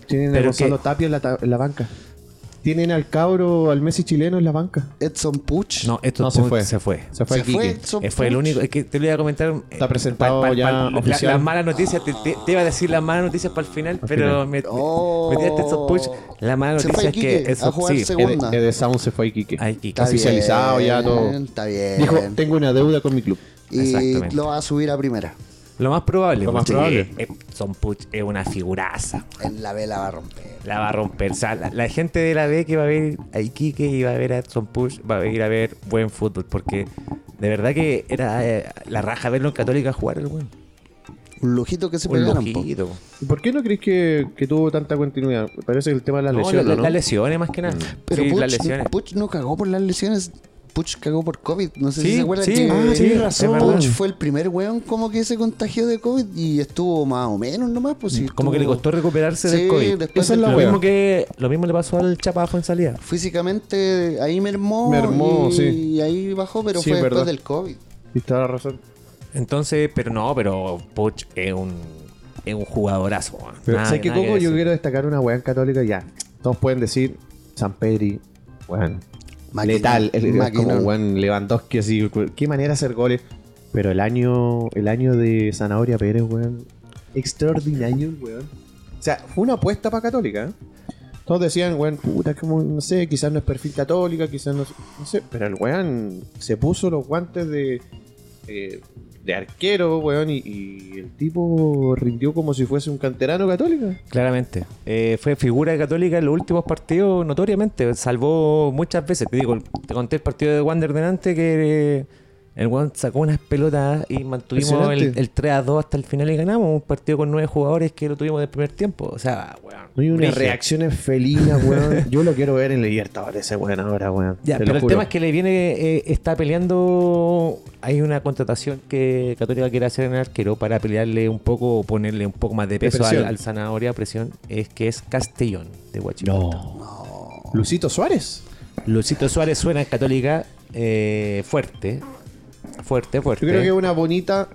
S1: Tienen a
S3: Pero
S1: Gonzalo
S3: que-
S1: Tapia en la, ta- en la banca. Tienen al cabro, al Messi chileno en la banca.
S4: Edson Puch.
S3: No, esto
S1: No, se fue.
S3: Se fue.
S1: Se fue
S4: se
S1: al Quique.
S4: fue Edson
S3: Eh, fue el
S4: Puch.
S3: único. Es que te lo iba a comentar. eh,
S1: Está presentado ya
S3: la- la-
S1: oficial.
S3: Las malas noticias. Te, te- te iba a decir las malas noticias para el final, pero me,
S4: Oh.
S3: me tiraste esos push. La mala
S4: Se fue
S3: noticia es
S4: Quique
S3: que.
S4: a
S3: Eso,
S4: jugar
S3: sí,
S4: segunda.
S1: Ed- Ed Sound se fue a Iquique.
S3: hay Quique.
S4: Está
S1: Oficializado
S4: bien,
S1: ya todo.
S4: Está bien.
S1: Dijo, tengo una deuda con mi club.
S4: y
S3: Exactamente.
S4: lo va a subir a primera.
S3: Lo más probable.
S1: Lo más
S3: porque,
S1: probable.
S3: eh, son push es una figuraza.
S4: En la vela va a romper.
S3: La va a romper. O sea, la, la gente de la B que va a ver a Iquique y va a ver a Edson Push, va a ir a ver buen fútbol. Porque de verdad que era eh, la raja verlo en Católica jugar el weón.
S4: Un lujito que se
S3: Un
S4: pegaron. po.
S3: lujito.
S1: ¿Y ¿Por qué no creéis que, que tuvo tanta continuidad? Parece que el tema de las
S3: No,
S1: lesiones,
S3: la-
S1: ¿no?
S3: Las lesiones más que nada.
S4: Pero
S3: Sí,
S4: Puch,
S3: las lesiones.
S4: Puch no cagó por las lesiones. Puch cagó por COVID. No sé si
S3: Sí,
S4: se acuerdan
S3: sí,
S4: que
S3: ah, sí,
S4: Puch
S3: razón.
S4: Puch fue el primer weón como que se contagió de COVID y estuvo más o menos nomás. Pues, sí,
S3: Como que le
S4: estuvo-
S3: costó recuperarse
S4: Sí,
S3: del COVID.
S4: después
S1: Esa es
S4: del
S1: la
S3: lo,
S1: wea.
S3: mismo que, lo mismo le pasó al Chapa en salida.
S4: Físicamente ahí mermó.
S1: Mermó,
S4: y,
S1: sí.
S4: y ahí bajó, pero
S1: Sí,
S4: fue
S1: verdad.
S4: después del COVID.
S1: Y está la razón.
S3: Entonces, pero no, pero Poch es un, es un jugadorazo. weón.
S1: Pero,
S3: Nada-
S1: ¿Sabes qué,
S3: nada
S1: Coco? Yo
S3: decir.
S1: quiero destacar una weá en católica ya. Todos pueden decir San Pedri, weón.
S4: Maquinón,
S1: letal. El, es
S4: maquinón.
S1: como weón Lewandowski, así. Qué manera de hacer goles. Pero el año, el año de Zanahoria Pérez, weón. Extraordinario, weón. O sea, fue una apuesta para Católica. ¿eh? Todos decían, weón, puta, como, no sé, quizás no es perfil católica, quizás no, no sé. Pero el weón se puso los guantes de eh, de arquero, weón, y, y el tipo rindió como si fuese un canterano católica.
S3: Claramente. Eh, fue figura católica en los últimos partidos, notoriamente. Salvó muchas veces. Te digo, te conté el partido de Wander delante que eh, el Wander sacó unas pelotas y mantuvimos el,
S1: Impresionante.
S3: el 3 a 2 hasta el final y ganamos. Un partido con nueve jugadores que lo tuvimos del primer tiempo. O sea, weón.
S1: No hay unas
S3: brígido.
S1: reacciones felinas, weón. Yo lo quiero ver en Libertadores ese weón ahora, weón.
S3: Ya,
S1: Te lo
S3: pero el
S1: juro.
S3: tema es que le viene, eh, está peleando, hay una contratación que Católica quiere hacer en el arquero para pelearle un poco, o ponerle un poco más de peso al,
S1: presión.
S3: al zanahoria presión, es que es Castellón de Huachipato.
S1: No. Lucito Suárez.
S3: Lucito Suárez suena en Católica eh, fuerte, fuerte, fuerte.
S1: Yo creo que es una bonita.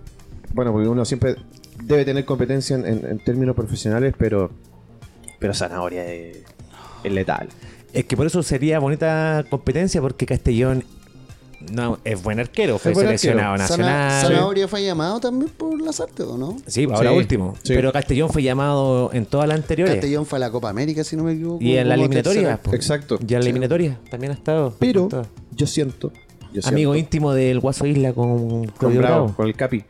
S1: Bueno, porque uno siempre debe tener competencia en, en- en términos profesionales, pero. Pero zanahoria es, es letal.
S3: Es que por eso sería bonita competencia porque Castellón no es buen arquero, fue
S1: Es buen
S3: seleccionado
S1: arquero.
S3: nacional.
S4: Sana- Zanahoria fue llamado también por Lazarte, ¿o no?
S3: Sí, pues, ahora
S1: Sí,
S3: último.
S1: sí.
S3: Pero Castellón fue llamado en todas las anteriores.
S4: Castellón fue a la Copa América, si no me equivoco.
S3: Y en la
S4: como
S3: eliminatoria. pues.
S4: tercera.
S3: po.
S1: Exacto.
S3: Y en la eliminatoria también ha estado. Ha
S1: Pero
S3: estado.
S1: yo siento. Yo siento
S3: Amigo íntimo del Guaso Isla con
S1: con
S3: Claudio
S1: Bravo,
S3: Bravo.
S1: con el Capi.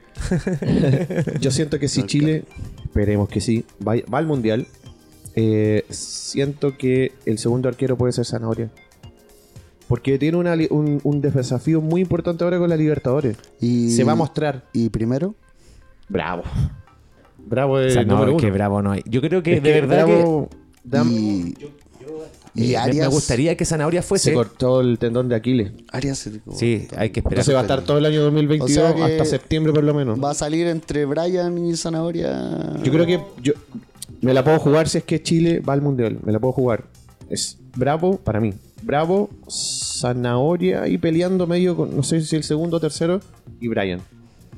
S1: yo siento que si Chile, esperemos que sí, va, va al mundial. eh, siento que el segundo arquero puede ser zanahoria. Porque tiene una li- un, un desafío muy importante ahora con la Libertadores.
S4: Y,
S1: Se va a mostrar.
S4: Y primero,
S1: Bravo. Bravo
S3: O
S1: es
S3: sea, no,
S1: número
S3: es que
S1: uno.
S3: Bravo no hay. Yo creo que
S1: Es
S3: de
S1: que
S3: verdad
S1: Bravo da-
S4: y,
S3: que.
S4: y
S3: eh, me-
S4: Arias.
S3: me gustaría que Zanahoria
S1: se
S3: fuese.
S1: cortó el tendón de Aquiles.
S4: Arias se-
S3: Sí, hay que esperar.
S1: Entonces va a estar todo el año 2022
S4: O sea que-
S1: hasta septiembre por lo menos.
S4: Va a salir entre Brian y Zanahoria.
S1: Yo creo que yo me la puedo jugar si es que Chile va al mundial. Me la puedo jugar. Es Bravo para mí. Bravo, Zanahoria y peleando medio con no sé si el segundo o tercero y Brian.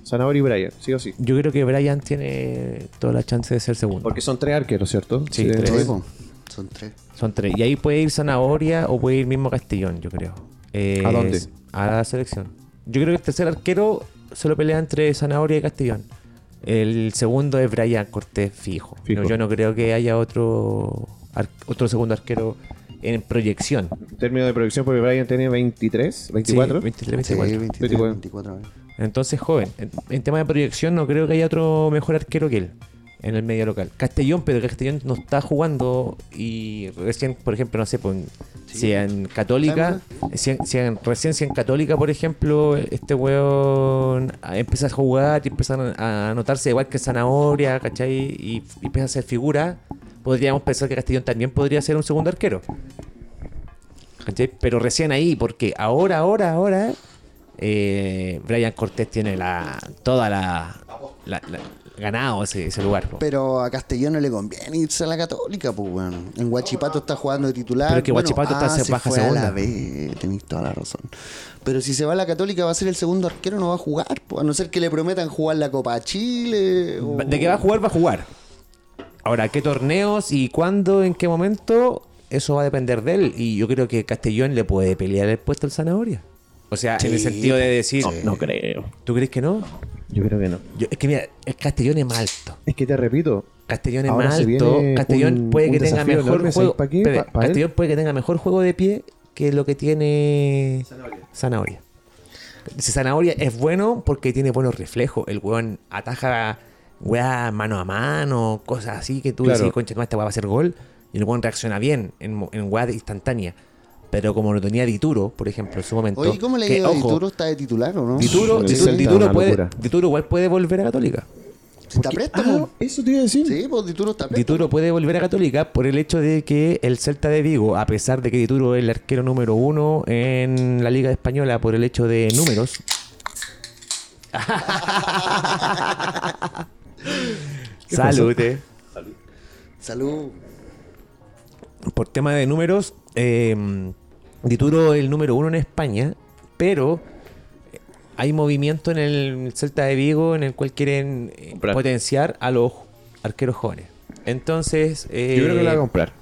S1: Zanahoria y Brian, sí o sí.
S3: Yo creo que Brian tiene toda la chance de ser segundo.
S1: Porque son tres arqueros, ¿cierto?
S3: Sí, tres.
S4: Sí, po. Son tres.
S3: Son tres. Y ahí puede ir Zanahoria o puede ir mismo Castellón, yo creo. Eh,
S1: ¿A dónde?
S3: A la selección. Yo creo que el tercer arquero solo pelea entre Zanahoria y Castellón. El segundo es Brian Cortés fijo.
S1: Fijo.
S3: No, yo no creo que haya otro ar- otro segundo arquero en proyección.
S1: En términos de proyección, porque Brian tiene 23, 24.
S3: Sí, 23,
S4: Sí,
S3: 24.
S4: 23,
S1: 24.
S4: 24. eh.
S3: Entonces, joven, en, en tema de proyección no creo que haya otro mejor arquero que él en el medio local. Castellón, pero Castellón no está jugando y recién, por ejemplo, no sé, pues, en- si en Católica, si, en- si en- recién si en Católica, por ejemplo, este weón ah, empieza a jugar y empieza a a anotarse igual que Zanahoria, ¿cachai? Y, y empieza a ser figura, podríamos pensar que Castellón también podría ser un segundo arquero. ¿Cachai? Pero recién ahí, porque ahora, ahora, ahora, eh, Brian Cortés tiene la toda la, la- la- ganado ese, ese lugar. po. Pero,
S4: Pero a Castellón no le conviene irse a la Católica, pues, bueno. En Huachipato está jugando de titular.
S3: Pero es que
S4: Bueno,
S3: Huachipato está
S4: ah,
S3: se
S4: se
S3: baja
S4: fue a
S3: segunda.
S4: la B, tenéis toda la razón. Pero si se va a la Católica, va a ser el segundo arquero, no va a jugar, po. A no ser que le prometan jugar la Copa Chile. o-
S3: de que va a jugar, va a jugar. Ahora, ¿qué torneos y cuándo, en qué momento? Eso va a depender de él. Y yo creo que Castellón le puede pelear el puesto al Zanahoria. O sea, en el sentido de decir,
S1: No creo.
S3: ¿tú crees que no?
S1: Yo creo que no.
S3: Yo- es que mira, el Castellón es más alto.
S1: Es que te repito,
S3: Castellón es
S1: Ahora
S3: más
S1: se viene
S3: alto.
S1: un-
S3: Castellón puede
S1: un
S3: que tenga
S1: desafío
S3: mejor
S1: enorme,
S3: juego.
S1: ¿sabes pa' qué?
S3: Espera,
S1: Pa- pa él.
S3: Castellón puede que tenga mejor juego de pie que lo que tiene Zanahoria. Si Zanahoria es bueno porque tiene buenos reflejos. El weón ataja weá mano a mano, cosas así que tú
S1: Claro.
S3: decís, concha, no, esta weá va a ser gol. Y el weón reacciona bien en, mo- en weá instantánea. Pero como lo tenía Dituro, por ejemplo, en su momento.
S4: Oye, ¿cómo le
S3: que,
S4: digo a
S3: ojo,
S4: Dituro? ¿Está de titular o no?
S3: Dituro,
S1: Sí,
S3: Dituro-
S1: sí,
S3: Dituro
S1: una
S3: puede,
S1: locura.
S3: Dituro igual puede volver a Católica.
S4: ¿Está a préstamo?
S1: eso te iba a decir.
S4: Ah, Sí, pues Dituro está a préstamo.
S3: Dituro puede volver a Católica por el hecho de que el Celta de Vigo, a pesar de que Dituro es el arquero número uno en la Liga Española por el hecho de números. Salud. eh.
S4: Salud.
S3: Por tema de números, eh, Dituro es el número uno en España, pero hay movimiento en el Celta de Vigo en el cual quieren eh,
S1: Comprar.
S3: potenciar a los arqueros jóvenes. Entonces, eh,
S1: Yo creo que la va a comprar.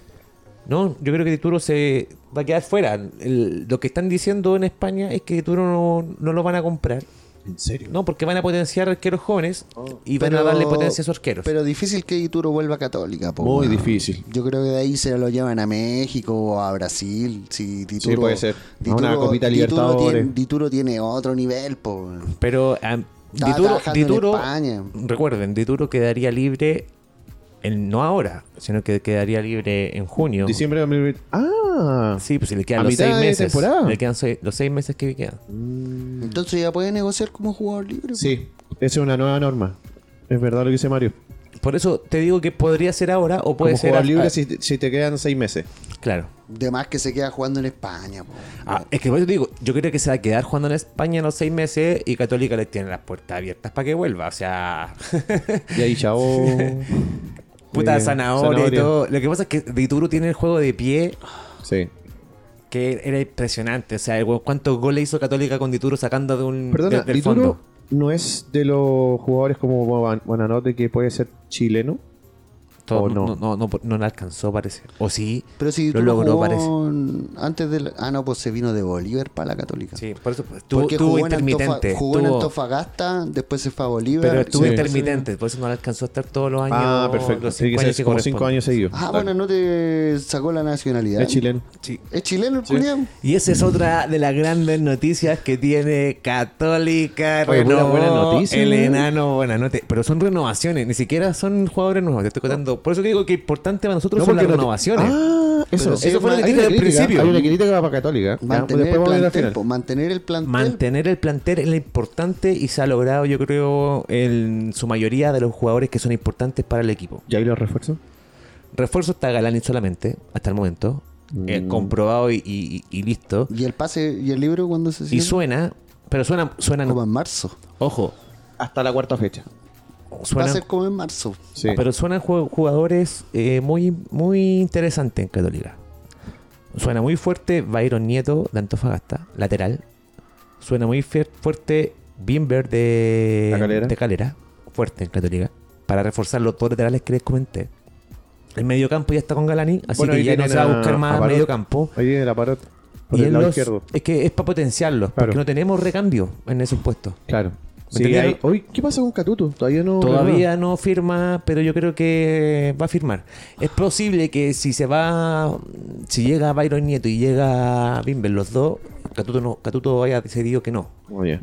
S3: No, yo creo que Tituro se va a quedar fuera. El- lo que están diciendo en España es que Tituro no, no lo van a comprar.
S1: ¿En serio?
S3: No, porque van a potenciar arqueros jóvenes
S1: Oh,
S3: y van
S4: Pero-
S3: a darle potencia a esos arqueros.
S4: Pero difícil que Dituro vuelva a Católica, po,
S1: Muy
S4: weón.
S1: difícil.
S4: Yo creo que de ahí se lo llevan a México o a Brasil. Si Dituro,
S1: puede ser. A una copita Libertadores.
S4: tiene, Dituro tiene otro nivel, po.
S3: Pero am,
S4: Estaba
S3: Dituro,
S4: trabajando en
S3: Dituro-
S4: España.
S3: recuerden, Dituro quedaría libre, en- no ahora, sino que quedaría libre en junio.
S1: Diciembre de 2020. Ah,
S3: Sí, pues si le quedan
S1: A
S3: los
S1: mitad
S3: seis
S1: de
S3: meses.
S1: temporada.
S3: Le quedan seis- los seis meses que quedan. Mm.
S4: Entonces ya puede negociar como jugador libre.
S1: sí, esa es una nueva norma. Es verdad lo que dice Mario.
S3: Por eso te digo que podría ser ahora o puede
S1: Como
S3: ser.
S1: jugador
S3: a-
S1: libre
S3: a-
S1: si, te- si te quedan seis meses.
S3: Claro.
S4: De más que se queda jugando en España. po.
S3: Ah, es que por eso te digo, yo creo que se va a quedar jugando en España en los seis meses y Católica les tiene las puertas abiertas para que vuelva. O sea,
S1: Y ahí, chao.
S3: puta
S1: Eh,
S3: zanahoria, y todo. Lo que pasa es que Dituro tiene el juego de pie
S1: Sí.
S3: que era impresionante. O sea, el weón, cuántos goles hizo Católica con Dituro sacando de un
S1: Perdona,
S3: de- del
S1: Dituro
S3: fondo.
S1: no es de los jugadores como Buan- Buenanote que puede ser chileno.
S3: Todo-
S1: o
S3: no,
S1: no.
S3: no, no, no, no le alcanzó, parece. O sí,
S4: Pero si
S3: lo
S4: tú
S3: logró,
S4: jugó
S3: parece.
S4: en- antes del. Ah, no, pues se vino de Bolívar para la Católica.
S3: Sí, por eso pues, tuvo,
S4: Porque
S3: tuvo
S4: jugó, en
S3: intermitente.
S4: Antofa- jugó en
S3: tuvo-
S4: Antofagasta, después se fue a Bolívar.
S3: pero estuvo
S1: Sí.
S3: intermitente, por eso no le alcanzó a estar todos los años.
S1: ah, perfecto.
S3: los
S1: Tiene
S3: cinco
S1: que
S3: años
S1: ser como cinco
S3: corresponden.
S1: años seguidos.
S4: Ah,
S1: Claro.
S4: bueno, no te sacó la nacionalidad.
S1: Es chileno. pues
S3: Sí.
S4: ¿Es chileno el culiao?
S3: Y esa es otra de las grandes noticias que tiene Católica.
S1: Oye, pura
S3: renovó
S1: buena noticia,
S3: El
S1: ¿eh?
S3: enano, buena nota. Pero son renovaciones, ni siquiera son jugadores nuevos. Te estoy contando. Por eso que digo que importante para nosotros son las
S1: porque no te-
S3: renovaciones.
S1: Ah, eso.
S4: Pero sí,
S1: eso fue lo que
S4: hay
S1: dije
S3: una
S1: al
S3: crítica,
S1: principio.
S3: hay
S1: Hay
S3: una
S1: una crítica para Católica.
S4: Mantener el, plantel, po, mantener el plantel.
S3: Mantener el plantel es lo importante y se ha logrado, yo creo, en su mayoría de los jugadores que son importantes para el equipo.
S1: ¿Ya hay los refuerzos?
S3: Refuerzo está Galani solamente, hasta el momento.
S1: Mm.
S3: Eh, comprobado y, y- y listo.
S4: ¿Y el pase y el libro cuando se
S3: Y
S4: cierra?
S3: suena, pero suenan, suenan
S4: Como en marzo.
S3: ojo,
S1: Hasta la cuarta fecha.
S4: Va a
S3: suenan,
S4: ser como en marzo.
S1: Sí.
S3: pero suenan ju- jugadores eh, muy, muy interesantes en Católica. Suena muy fuerte Byron Nieto de Antofagasta, lateral. Suena muy fier- fuerte Bimber de
S1: La Calera.
S3: de Calera, fuerte en Católica, para reforzar los dos laterales que les comenté. El mediocampo ya está con Galani, así
S1: Bueno,
S3: que
S1: ahí
S3: ya no
S1: tienen
S3: se va a
S1: a-
S3: buscar
S1: a
S3: más
S1: Parot.
S3: mediocampo.
S1: Ahí viene la parot. Por
S3: Y
S1: el
S3: en
S1: lado
S3: los-
S1: izquierdo.
S3: es que es para potenciarlos, porque
S1: Claro.
S3: no tenemos recambio en esos puestos.
S1: Claro. Sí,
S3: ¿Entendieron?
S1: hay- Oye, ¿qué pasa con Catuto? Todavía no.
S3: Todavía no firma, pero yo creo que va a firmar. Es posible que si se va, si llega Byron Nieto y llega Bimber los dos, Catuto, no, Catuto haya decidido que no.
S1: Oye.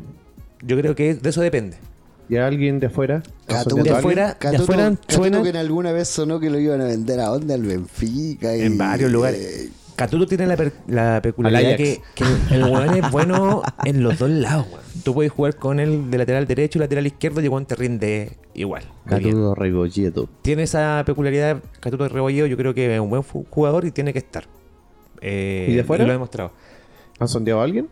S3: Yo creo que de eso depende.
S1: ¿Y a alguien de afuera?
S4: Catuto-
S1: ¿No
S3: de
S1: son
S3: afuera, de
S4: Catuto-
S3: afuera
S4: Catuto
S3: suena-
S4: que en alguna vez sonó que lo iban a vender a dónde, al Benfica. y-
S3: En varios lugares.
S4: eh,
S3: Catuto tiene la, per- la peculiaridad
S1: Al Ajax.
S3: que, que el weón es bueno en los dos lados. weón. Tú puedes jugar con él de lateral derecho y lateral izquierdo y el weón te rinde igual. Muy bien.
S1: Catuto Rebolledo.
S3: tiene esa peculiaridad Catuto de Rebolledo, yo creo que es un buen fu- jugador y tiene que estar. Eh,
S1: ¿Y de afuera?
S3: Lo ha demostrado.
S1: ¿Han sondeado a alguien?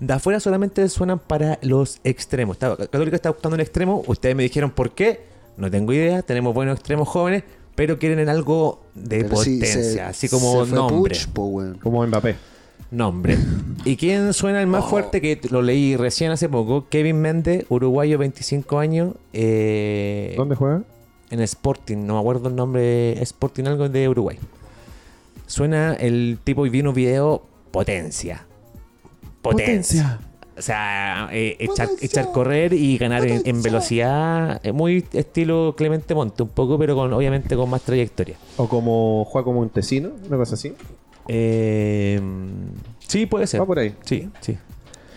S3: De afuera solamente suenan para los extremos. Está- Católica está buscando un extremo. Ustedes me dijeron por qué. No tengo idea. Tenemos buenos extremos jóvenes, pero quieren en algo de
S4: pero sí,
S3: potencia.
S4: se-
S3: así como
S4: se fue
S3: nombre.
S4: Puch, po, weón.
S1: Como Mbappé.
S3: Nombre. ¿Y quién suena el más fuerte? Que lo leí recién hace poco. Kevin Méndez, uruguayo, 25 años. eh,
S1: ¿Dónde juega?
S3: en Sporting, no me acuerdo el nombre, Sporting algo de Uruguay. Suena el tipo y vino un video potencia. Potencia. O sea, eh, echar,
S4: Potencia.
S3: echar correr y ganar en, en
S4: Potencia.
S3: velocidad. eh, Muy estilo Clemente Monte, un poco, pero con obviamente con más trayectoria.
S1: ¿O como juega como un tesino? Una cosa así.
S3: Eh, sí, puede ser.
S1: Va por ahí.
S3: Sí, sí.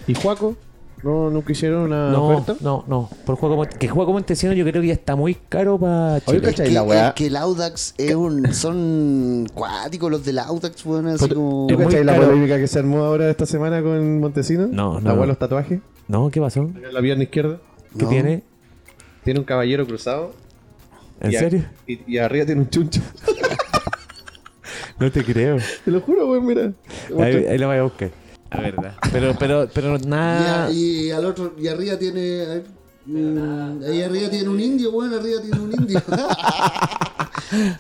S1: ¿Y Juaco? ¿No, ¿Nunca hicieron una
S3: No,
S1: oferta?
S3: no, no. Por juego como, que juego como Montesino yo creo que ya está muy caro para
S1: Oye,
S3: Chile.
S1: cacha-
S4: Que,
S1: Y la weá-
S4: es que el Audax es un, son cuáticos los del Audax, weón, así como...
S1: ¿Tú
S3: Es muy
S1: cachai la
S3: caro.
S1: polémica que se armó ahora esta semana con Montesino?
S3: No, no,
S1: ¿La
S3: no.
S1: hueá los tatuajes?
S3: No, ¿qué pasó?
S1: Acá en la pierna izquierda.
S3: ¿Qué
S4: No.
S3: tiene?
S1: Tiene un caballero cruzado.
S3: ¿En
S1: y a-
S3: serio?
S1: y, y arriba tiene un chuncho.
S3: No te creo.
S1: Te lo juro, güey, mira.
S3: Ahí, ahí la voy a buscar. La verdad. Pero, pero, pero nada.
S4: Y, a- y al otro, y arriba tiene... ahí, mm, Ahí arriba tiene un indio, weón, arriba tiene un indio.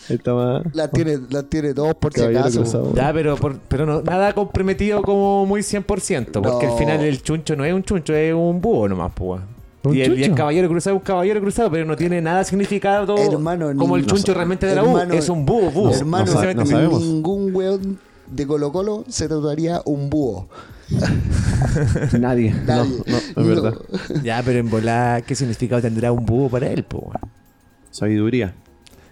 S1: Ahí está más.
S4: las tiene, las tiene todos por si
S1: Caballero
S4: acaso.
S1: cruzado.
S3: Ya, pero, por- pero no, nada comprometido como muy 100%. Porque
S4: No.
S3: al final el chuncho no es un chuncho, es un búho nomás, pues.
S1: ¿Un
S3: Y el, y el
S1: chuncho?
S3: caballero cruzado es un caballero cruzado, pero no tiene nada significado
S4: Eh, Hermano,
S3: como el
S4: ni-
S3: chuncho
S4: no sé.
S3: realmente de la U.
S4: Hermano,
S3: es un búho, búho.
S4: Hermano,
S1: no sa- no
S4: ni-
S1: sabemos.
S4: ningún weón de Colo Colo se trataría un búho.
S1: Nadie.
S4: Nadie.
S1: No, no, es verdad.
S4: No.
S3: Ya, pero en volar, ¿qué significado tendrá un búho para él, pues?
S1: Sabiduría.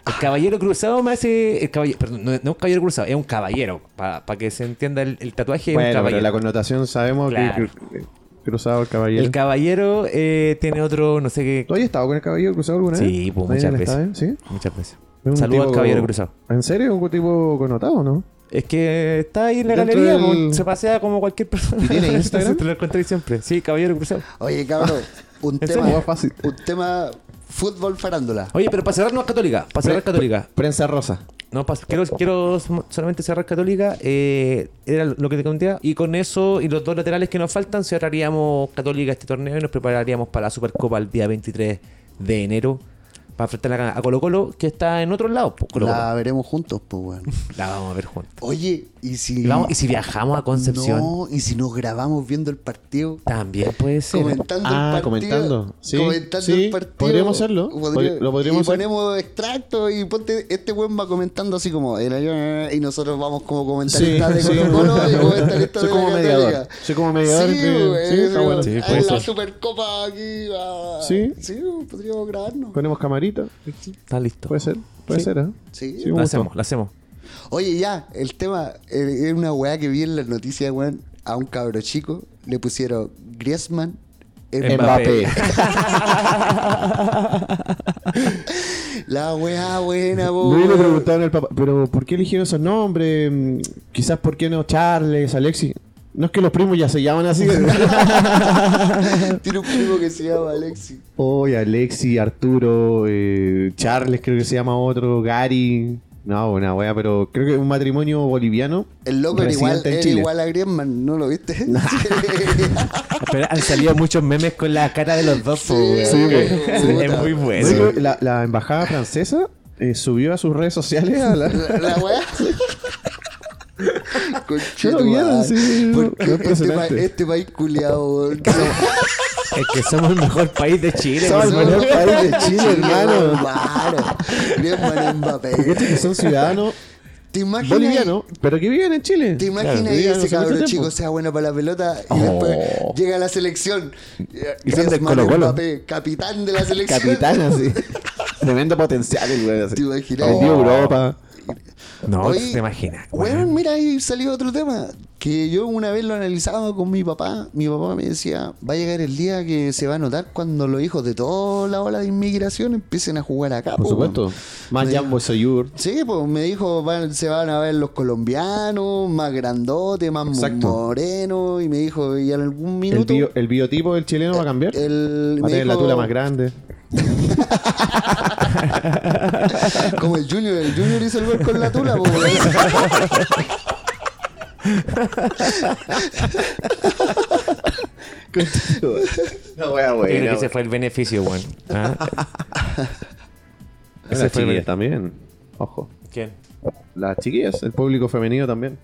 S3: El caballero cruzado me hace. El caballero, perdón, no, no es un caballero cruzado, es un caballero. Para que se entienda el, el tatuaje, es un
S1: Bueno, pero
S3: caballero.
S1: la connotación sabemos que-
S3: Claro.
S1: que, que cruzado el caballero.
S3: El caballero eh, tiene otro, no sé qué.
S1: ¿Tú has estado con el caballero cruzado alguna vez?
S3: Sí,
S1: ¿Ahí
S3: pues,
S1: en
S3: muchas
S1: el
S3: veces.
S1: estadio? ¿Sí?
S3: Muchas veces.
S1: Es un
S3: Saludos al
S1: tipo-
S3: caballero cruzado.
S1: ¿En serio? ¿Un tipo connotado, no?
S3: Es que está ahí en la
S1: Dentro
S3: galería,
S1: del-
S3: pues, se pasea como cualquier persona.
S1: ¿Y tiene
S3: Entonces
S1: Instagram?
S3: Te lo encontré siempre. Sí, caballero cruzado.
S4: Oye, cabrón, un
S1: Más
S4: tema.
S1: fácil.
S4: Un tema fútbol farándula.
S3: Oye, pero para cerrar no es católica. Para cerrar católica.
S1: Prensa rosa.
S3: No, pas- quiero, quiero solamente cerrar Católica. eh, era lo que te contaba. Y con eso y los dos laterales que nos faltan, cerraríamos Católica este torneo y nos prepararíamos para la Supercopa el día 23 de enero. Para enfrentar a, a Colo Colo, que está en otro lado. po, Colo-Colo.
S4: La veremos juntos, pues, weón.
S3: La vamos a ver juntos.
S4: Oye, y si.
S3: Y vamos- y si viajamos a Concepción,
S4: No, y si nos grabamos viendo el partido.
S3: también puede ser. ¿eh?
S4: Comentando
S1: Ah,
S4: el partido.
S1: comentando. Sí,
S4: comentando
S1: sí,
S4: el partido.
S1: podríamos hacerlo.
S4: Podría-
S1: Podri- lo podríamos
S4: y
S1: hacer.
S4: ponemos extracto y ponte. Este weón va comentando así como. "Eh, el año- Y nosotros vamos como
S1: Sí,
S4: comentaristas
S1: sí.
S4: de Colo Colo y comentaristas
S1: Soy
S4: de
S1: como
S4: la
S1: mediador.
S4: Católica.
S1: Soy como mediador
S4: Sí,
S1: de-
S4: weón,
S1: sí, está bueno.
S3: Sí,
S4: ah,
S3: puede
S4: en la
S3: ser.
S4: Supercopa aquí. ah.
S1: Sí.
S4: Sí, podríamos grabarnos.
S1: Ponemos camarita.
S3: Está listo.
S1: Puede ser. Puede
S3: Sí.
S1: ser, ¿eh?
S4: Sí.
S1: me
S3: Lo
S1: gustó.
S3: hacemos, lo hacemos.
S4: Oye, ya, el tema eh, es una weá que vi en las noticias, weón. A un cabro chico le pusieron Griezmann en
S3: Mbappé.
S4: La weá buena, po,
S1: Me le
S4: weón.
S1: preguntaron al papá, pero ¿por qué eligieron esos nombres? Mm, Quizás ¿por qué no Charles, Alexis? No es que los primos ya se llaman así.
S4: Tiene un primo que se llama Alexi.
S1: Oye, Alexis, Arturo, eh, Charles creo que se llama otro, Gary. No, una wea, pero creo que es un matrimonio boliviano.
S4: El loco era igual,
S1: residente en
S4: era
S1: Chile.
S4: igual a Griezmann, ¿no lo viste?
S3: Pero han salido muchos memes con la cara de los dos. po, weón.
S4: Sí, weón.
S3: es muy
S1: Bueno,
S3: bueno.
S1: creo que la, la embajada francesa eh, subió a sus redes sociales a la-
S4: la, la weá.
S1: Yo lo vi,
S4: Conchetumadre.
S1: sí, sí,
S4: ¿Por
S1: no,
S4: qué este, pa-
S1: impresionante.
S4: este país culiado, weón.
S3: Es que somos el mejor país de Chile.
S1: Somos el
S3: por favor.
S1: mejor país de Chile, hermano.
S4: Hermano. Griezmann
S1: Porque este estos
S4: Mbappé.
S1: que son ciudadanos
S4: ¿Te imaginas?
S1: bolivianos, pero que viven en Chile.
S4: ¿Te imaginas
S1: Claro,
S4: que
S1: vivían hace
S4: ese
S1: mucho
S4: cabrón
S1: tiempo. Oh.
S4: chico sea bueno para la pelota y después llega a la selección?
S1: Y son del
S4: Griezmann
S1: Colo-Colo.
S4: Mbappé, capitán de la selección.
S1: Capitán así. Tremendo potencial el weón. así.
S4: ¿Te imaginas? Oh.
S1: Vendió Europa.
S3: No,
S4: Oye,
S3: te imaginas.
S4: Bueno,
S3: weón.
S4: mira, ahí salió otro tema. Que yo una vez lo analizaba con mi papá. Mi papá me decía, va a llegar el día que se va a notar cuando los hijos de toda la ola de inmigración empiecen a jugar acá.
S1: Por
S4: po,
S1: supuesto.
S4: weón".
S1: Más
S4: Me-
S1: Jambo Soyur.
S4: Sí, pues me dijo, van- se van a ver los colombianos, más grandotes, más
S1: Exacto.
S4: morenos. Y me dijo, y en algún
S1: El,
S4: minuto...
S1: bio- el biotipo del chileno va a cambiar.
S4: el-
S1: va a
S4: me
S1: tener la
S4: dijo-
S1: tula más grande.
S4: Como el Junior, el Junior hizo el gol con la tula, po, weón.
S1: no, wea,
S3: Yo creo que ese fue el beneficio, weón. ¿Ah? ese fue el-
S1: también. Ojo.
S3: ¿Quién?
S1: Las chiquillas, el público femenino también.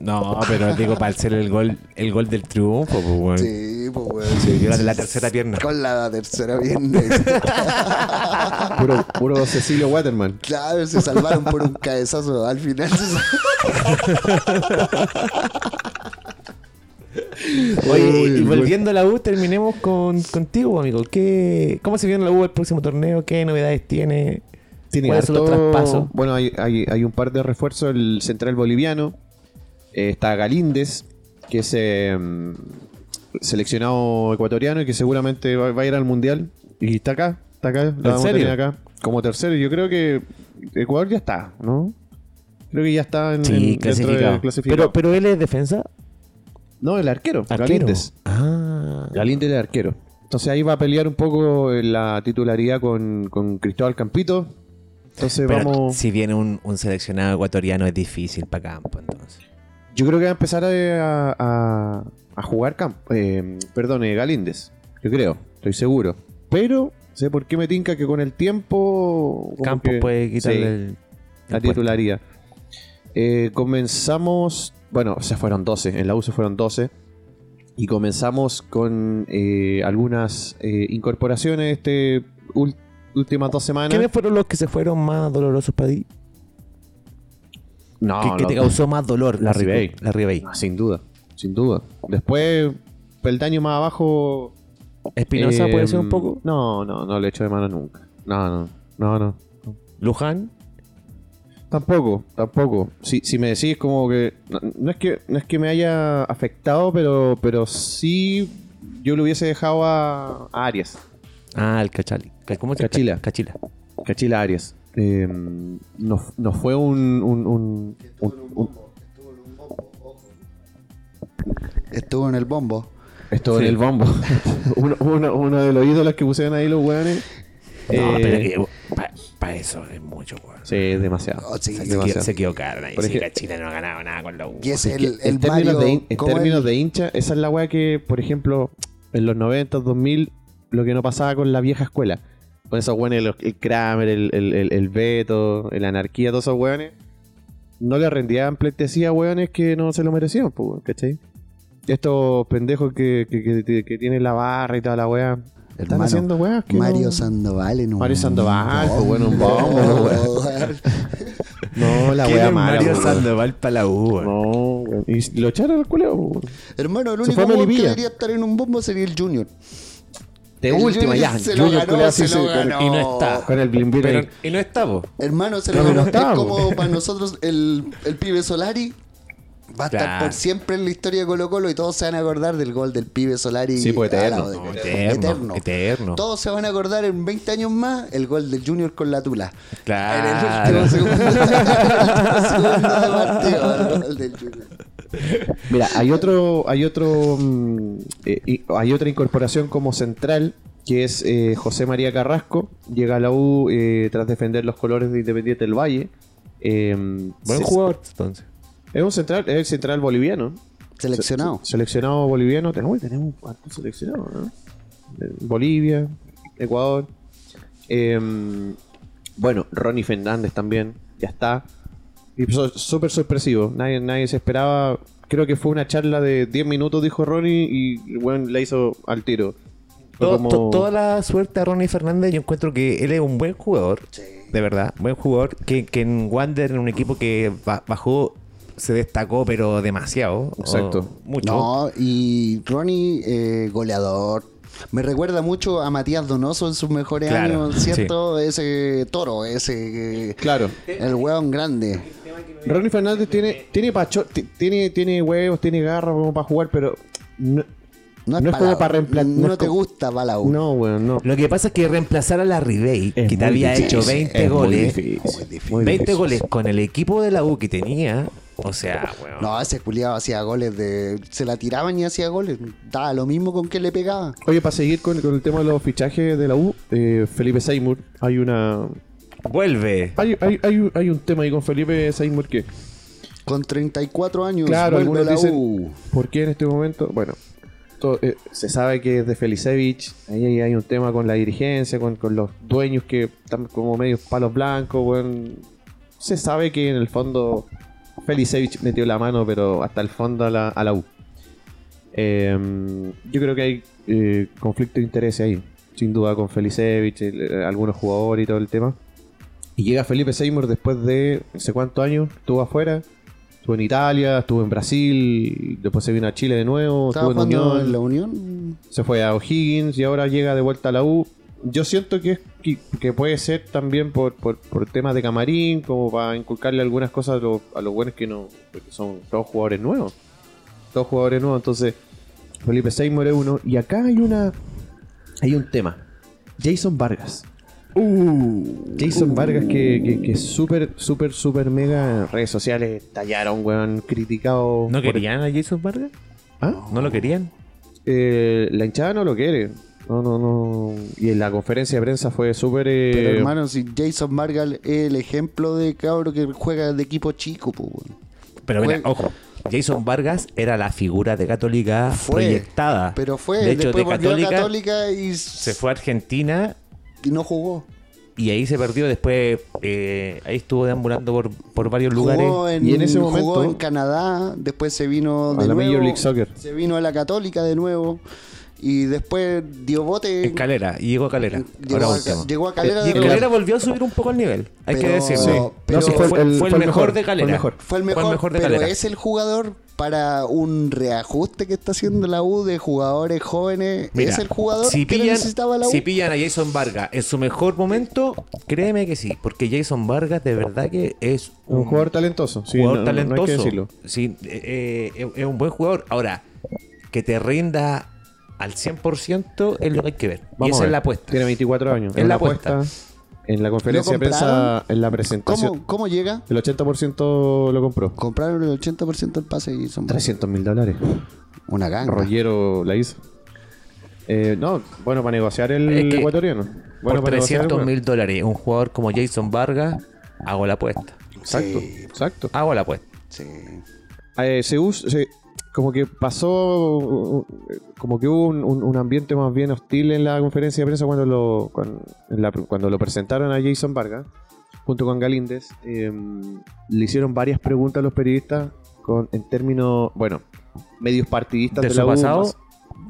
S3: No, pero digo, para hacer el gol, el gol del triunfo, pues, weón.
S4: Sí, pues, weón.
S3: Yo la de la tercera pierna.
S4: Con la tercera viernes.
S1: Puro, puro Cecilio Waterman.
S4: Claro, se salvaron por un cabezazo. Al final se sal-
S3: Oye,
S1: Uy,
S3: y
S1: el gol.
S3: volviendo a la U, terminemos con, contigo, amigo. ¿Qué, ¿Cómo se viene la U el próximo torneo? ¿Qué novedades tiene?
S1: Tiene
S3: ¿Cuáles son los
S1: harto-
S3: traspasos?
S1: Bueno, hay, hay- hay un par de refuerzos. El central boliviano. eh, está Galíndez, que es eh, mm, seleccionado ecuatoriano y que seguramente va, va a ir al Mundial. Y está acá, está acá. Lo vamos a
S3: serio?
S1: tener acá. Como tercero. Yo creo que Ecuador ya está, ¿no? Creo que ya está en, en-
S3: Sí,
S1: dentro de
S3: clasificado.
S1: clasificado.
S3: Pero, pero él es defensa.
S1: no, el arquero,
S3: Arquero.
S1: Galíndez.
S3: Ah.
S1: Galíndez de arquero. Entonces ahí va a pelear un poco en la titularidad con, con Cristóbal Campito. Entonces
S3: Pero
S1: vamos.
S3: si viene un, un seleccionado ecuatoriano es difícil para campo, entonces.
S1: Yo creo que va a empezar a, a- a jugar campo. perdón, eh, Galíndez. Yo creo, estoy seguro. Pero sé por qué me tinca que con el tiempo. como
S3: Campo
S1: que-
S3: puede quitarle
S1: sí,
S3: el,
S1: la
S3: el puesto.
S1: titularidad. Eh, comenzamos. Bueno, se fueron 12. En la U se fueron 12. Y comenzamos con eh, algunas eh, incorporaciones este ul- últimas dos semanas.
S3: ¿Quiénes fueron los que se fueron más dolorosos para ti?
S1: No,
S3: ¿Qué, qué
S1: no,
S3: te causó más dolor?
S1: La
S3: Así como-
S1: Ribey.
S3: La Ribey.
S1: no, sin duda, sin duda. Después, peldaño más abajo.
S3: Espinosa
S1: eh,
S3: puede ser un poco.
S1: No, no, no le echo de mano nunca. No, no, no, no.
S3: Luján.
S1: Tampoco, tampoco. Si, si me decís como que no, no es que no es que me haya afectado, pero pero sí yo lo hubiese dejado a, a Arias.
S3: Ah, el Cachali. Ca- ¿Cómo se
S1: Cachila.
S3: Cachila.
S1: Cachila Arias. Eh, no, no fue un, un- un- un- un-
S4: Estuvo en el bombo.
S1: Esto
S3: Sí.
S1: en el bombo. uno, uno- uno de los ídolos que pusieron ahí los weones. Eh,
S3: No, pero que para eso es mucho, weón.
S1: Sí, es demasiado.
S4: Oh, sí,
S1: Es
S3: Se,
S4: sí,
S1: demasiado.
S3: equivo- se equivocaron ahí.
S1: Por
S3: Sí,
S1: ejemplo-
S3: Cachila no ha ganado nada con la U.
S4: Y es
S1: Es que
S4: el, el
S1: en términos,
S4: Mario.
S1: de, hin- en
S4: ¿cómo es?
S1: términos de hincha, esa es la weá que, por ejemplo, en los 90, 2000, lo que no pasaba con la vieja escuela. Con esos weones, los- el Kramer, el, el, el, el Beto, el Anarquía, todos esos weones. No le rendían pleitesía a weones que no se lo merecían, pues, weón, ¿cachai? Estos pendejos que, que, que- que tienen la barra y toda la weá. Están
S4: Hermano,
S1: haciendo weas que
S4: Mario
S1: no-
S4: Sandoval en un
S1: Mario Sandoval, pues, bueno, un bombo,
S4: weón.
S1: No, la weá mala. pues, weón.
S3: para la U, weón?
S1: No, weón. Y lo echaron al culeo, weón.
S4: Hermano, el
S1: Se fue
S4: único
S1: a
S4: weón que
S1: Melipilla.
S4: debería estar en un bombo sería el Junior.
S1: De
S4: El
S1: última,
S4: Junior
S1: ya.
S4: se lo
S1: Junior
S4: ganó,
S1: culiao,
S4: se
S1: sí,
S4: lo
S1: sí, con-
S4: ganó.
S3: Y no está.
S1: Con el blim blim
S3: Pero,
S1: ahí.
S3: y no está, po.
S4: Hermano, se
S1: No,
S4: lo
S1: no
S4: ganó.
S1: está,
S4: Es
S1: po.
S4: como para nosotros el, el pibe Solari. Va a estar
S3: Claro.
S4: por siempre en la historia de Colo Colo y todos se van a acordar del gol del pibe Solari.
S1: Sí, pues, eterno.
S4: a la-
S3: No, eterno, eterno.
S4: Todos se van a acordar en 20 años más el gol del Junior con la Tula.
S1: Ah,
S4: En el
S3: Claro.
S4: último segundo, en el último segundo de partido, el gol del Junior.
S1: Mira, hay otro, hay otro, mm, eh, y- hay otra incorporación como central que es eh, José María Carrasco. Llega a la U eh, tras defender los colores de Independiente del Valle. Eh,
S3: Buen
S1: se-
S3: jugador, entonces.
S1: Es un central, es el central boliviano.
S4: Seleccionado.
S1: Se- seleccionado boliviano. Tenemos, uy, tenemos cuántos seleccionados, ¿no? Eh, Bolivia, Ecuador. Eh, bueno, Ronnie Fernández también, ya está. Y so- súper sorpresivo, nadie, nadie se esperaba. Creo que fue una charla de 10 minutos, dijo Ronnie, y bueno, la hizo al tiro. Fue
S3: To-
S1: como-
S3: to- toda la suerte a Ronnie Fernández, yo encuentro que él es un buen jugador. De verdad, buen jugador. Que, que en Wander, en un equipo que ba- bajó, se destacó, pero demasiado. o
S1: Exacto.
S3: mucho.
S4: No, y Ronnie, eh, goleador. Me recuerda mucho a Matías Donoso en sus mejores
S3: Claro,
S4: años, ¿cierto? Ese toro, ese. eh,
S1: Claro.
S4: El hueón grande.
S1: Ronnie Fernández tiene, tiene, pacho- ti- tiene, tiene huevos, tiene garra como para jugar, pero no,
S4: No es,
S1: No es como
S4: Palau.
S1: para reempla- no
S4: No,
S1: es
S4: te
S1: como-
S4: gusta Palau.
S1: no, weón, no.
S3: Lo que pasa es que reemplazar a la Ribey,
S1: Es
S3: que te
S1: muy
S3: había
S1: difícil,
S3: hecho 20
S1: es muy
S3: goles,
S1: difícil, muy difícil.
S3: 20 goles con el equipo de la U que tenía. O sea, weón.
S4: No, ese culiado hacía goles de. Se la tiraban y hacía goles. Daba lo mismo con que le pegaba.
S1: Oye, para seguir con, con el tema de los fichajes de la U, eh, Felipe Seymour, hay una.
S3: Vuelve.
S1: Hay, hay, hay, un- hay un tema ahí con Felipe Seymour que.
S4: Con 34 años.
S1: Claro,
S4: vuelve
S1: algunos
S4: la
S1: dicen.
S4: U.
S1: ¿Por qué en este momento? Bueno, to- eh, se sabe que es de Felicevich. Ahí, ahí hay un tema con la dirigencia, con, con los dueños que están como medios palos blancos, weón. Se sabe que en el fondo Felicevich metió la mano, pero hasta el fondo a la, a la U. Eh, yo creo que hay eh, conflicto de interés ahí, sin duda, con Felicevich, el- eh, algunos jugadores y todo el tema. Y llega Felipe Seymour después de no sé cuántos años, estuvo afuera, estuvo en Italia, estuvo en Brasil, después se vino a Chile de nuevo,
S4: Estaba
S1: estuvo en
S4: jugando
S1: Unión,
S4: en la Unión.
S1: se fue a O'Higgins y ahora llega de vuelta a la U. Yo siento que, es- que, que puede ser también por, por, por temas de camarín, como para inculcarle algunas cosas a los, a los buenos que no, porque son todos jugadores nuevos. Todos jugadores nuevos, entonces Felipe Seymour es uno. Y acá hay una hay un tema. Jason Vargas. Jason Vargas que, que, que es súper, súper, súper mega en redes sociales. Tallaron, weón, criticado.
S3: ¿No
S1: por-
S3: querían a Jason Vargas?
S1: ¿Ah?
S3: ¿No lo querían?
S1: Eh, la hinchada no lo quiere. No, no, no. Y en la conferencia de prensa fue súper. eh,
S4: Pero hermano, si Jason Margal es el ejemplo de cabro que juega de equipo chico, pues. bueno.
S3: Pero mira,
S4: Fue-
S3: ojo. Jason Vargas era la figura de Católica
S4: Fue.
S3: proyectada.
S4: Pero fue,
S3: de hecho,
S4: después
S3: de Católica,
S4: volvió a Católica y
S3: se fue a Argentina
S4: y no jugó.
S3: y ahí se perdió. Después eh, ahí estuvo deambulando por, por varios lugares.
S4: Jugó en,
S1: Y en ese
S4: jugó
S1: momento-
S4: en Canadá, después se vino de
S1: A la
S4: nuevo,
S1: Major League Soccer.
S4: se vino a la Católica de nuevo y después dio bote.
S3: En Calera, y llegó a Calera.
S4: Llegó
S3: Ahora
S4: a-
S3: último. Eh,
S4: llegó a Calera
S3: Y
S4: de
S3: en
S4: nuevo.
S3: Calera volvió a subir un poco el nivel. Hay
S4: Pero-
S3: que decirlo.
S4: Sí. pero-
S1: sí,
S3: fue, fue el,
S1: fue el
S3: mejor de Calera.
S1: Fue el mejor.
S4: fue el mejor,
S3: de
S4: pero
S3: Calera.
S4: es el jugador para un reajuste que está haciendo la U de jugadores jóvenes.
S3: Mira,
S4: es el jugador
S3: si
S4: que
S3: pillan-
S4: necesitaba la U.
S3: Si pillan a Jason Vargas en su mejor momento, créeme que sí. Porque Jason Vargas de verdad que es
S1: Un jugador talentoso. Sí,
S3: jugador
S1: no- no-
S3: talentoso.
S1: No hay que decirlo.
S3: Sí, eh, eh, es- es un buen jugador. Ahora, que te rinda al 100% es lo que hay que ver.
S1: Vamos a
S3: y esa
S1: ver.
S3: es la apuesta.
S1: Tiene 24 años.
S3: Es la apuesta.
S1: En la conferencia de
S4: ¿Lo
S1: prensa,
S4: compraron?
S1: en la presentación,
S4: ¿Cómo, cómo llega?
S1: el 80% lo compró.
S4: Compraron el 80% del pase y son
S1: 300 mil dólares.
S4: una ganga.
S1: Rollero la hizo. Eh, no, bueno, para negociar el
S3: Es que
S1: ecuatoriano. Bueno,
S3: por
S1: para negociar,
S3: 300
S1: bueno.
S3: mil dólares, un jugador como Jason Vargas, hago la apuesta.
S1: Exacto,
S4: Sí.
S1: exacto.
S3: Hago la apuesta.
S4: Sí.
S1: Eh, se us- se- como que pasó, eh, como que hubo un, un- un ambiente más bien hostil en la conferencia de prensa cuando lo, cuan- en la- cuando, lo presentaron a Jason Vargas, junto con Galíndez. eh, le hicieron varias preguntas a los periodistas con, en términos, bueno, medios partidistas
S3: ¿De
S1: de,
S3: su
S1: la U,
S3: pasado?
S1: más-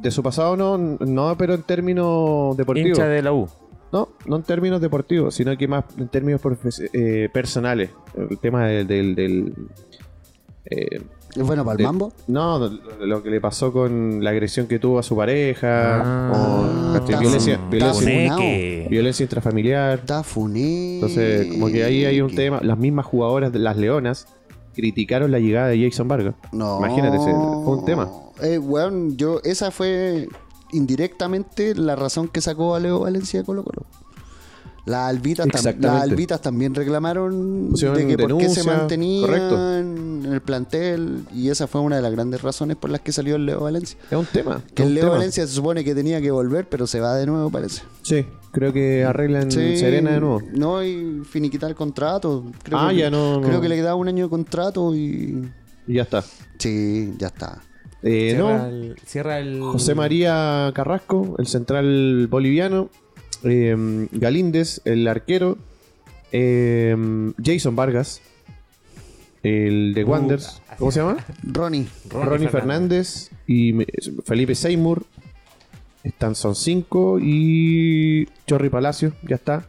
S1: De su pasado no, no, pero en términos deportivos.
S3: Hincha de la U.
S1: No, no en términos deportivos, sino que más en términos profe- eh, personales. El tema del... del, del, eh,
S4: ¿Es bueno para el
S1: de-
S4: mambo?
S1: No, lo, lo que le pasó con la agresión que tuvo a su pareja.
S3: Ah,
S1: o, ¿cachai?
S4: está
S1: violencia,
S4: fun-
S1: violencia,
S4: está
S3: Funeque.
S1: violencia intrafamiliar.
S4: Está funí.
S1: Entonces, como que ahí hay un tema. Las mismas jugadoras de las Leonas criticaron la llegada de Jason Vargas.
S4: No.
S1: Imagínate, ese fue un tema.
S4: Eh, weón, yo, esa fue indirectamente la razón que sacó a Leo Valencia de Colo Colo. Las albitas, tam-
S1: Exactamente.
S4: las albitas también reclamaron
S1: Pusieron
S4: de que por qué se
S1: denuncia,
S4: mantenían
S1: correcto.
S4: en el plantel y esa fue una de las grandes razones por las que salió el Leo Valencia.
S1: Es un tema.
S4: Que
S1: es
S4: el
S1: un
S4: Leo
S1: tema.
S4: Valencia se supone que tenía que volver, pero se va de nuevo, parece.
S1: Sí, creo que arreglan
S4: Sí,
S1: Serena de nuevo.
S4: No, y finiquitar el contrato. Creo
S1: Ah,
S4: que,
S1: ya no, no.
S4: Creo que le quedaba un año de contrato y.
S1: Y ya está.
S4: Sí, ya está.
S1: Eh,
S3: Cierra,
S1: no,
S3: el, cierra el-
S1: José María Carrasco, el central boliviano. eh, Galíndez, el arquero. eh, Jason Vargas, el de Wanders. ¿Cómo se llama?
S4: Ronnie.
S1: Uh, ah, Ronnie, Fernández. y me- Felipe Seymour. Están, son cinco. Y Chorri Palacio, ya está.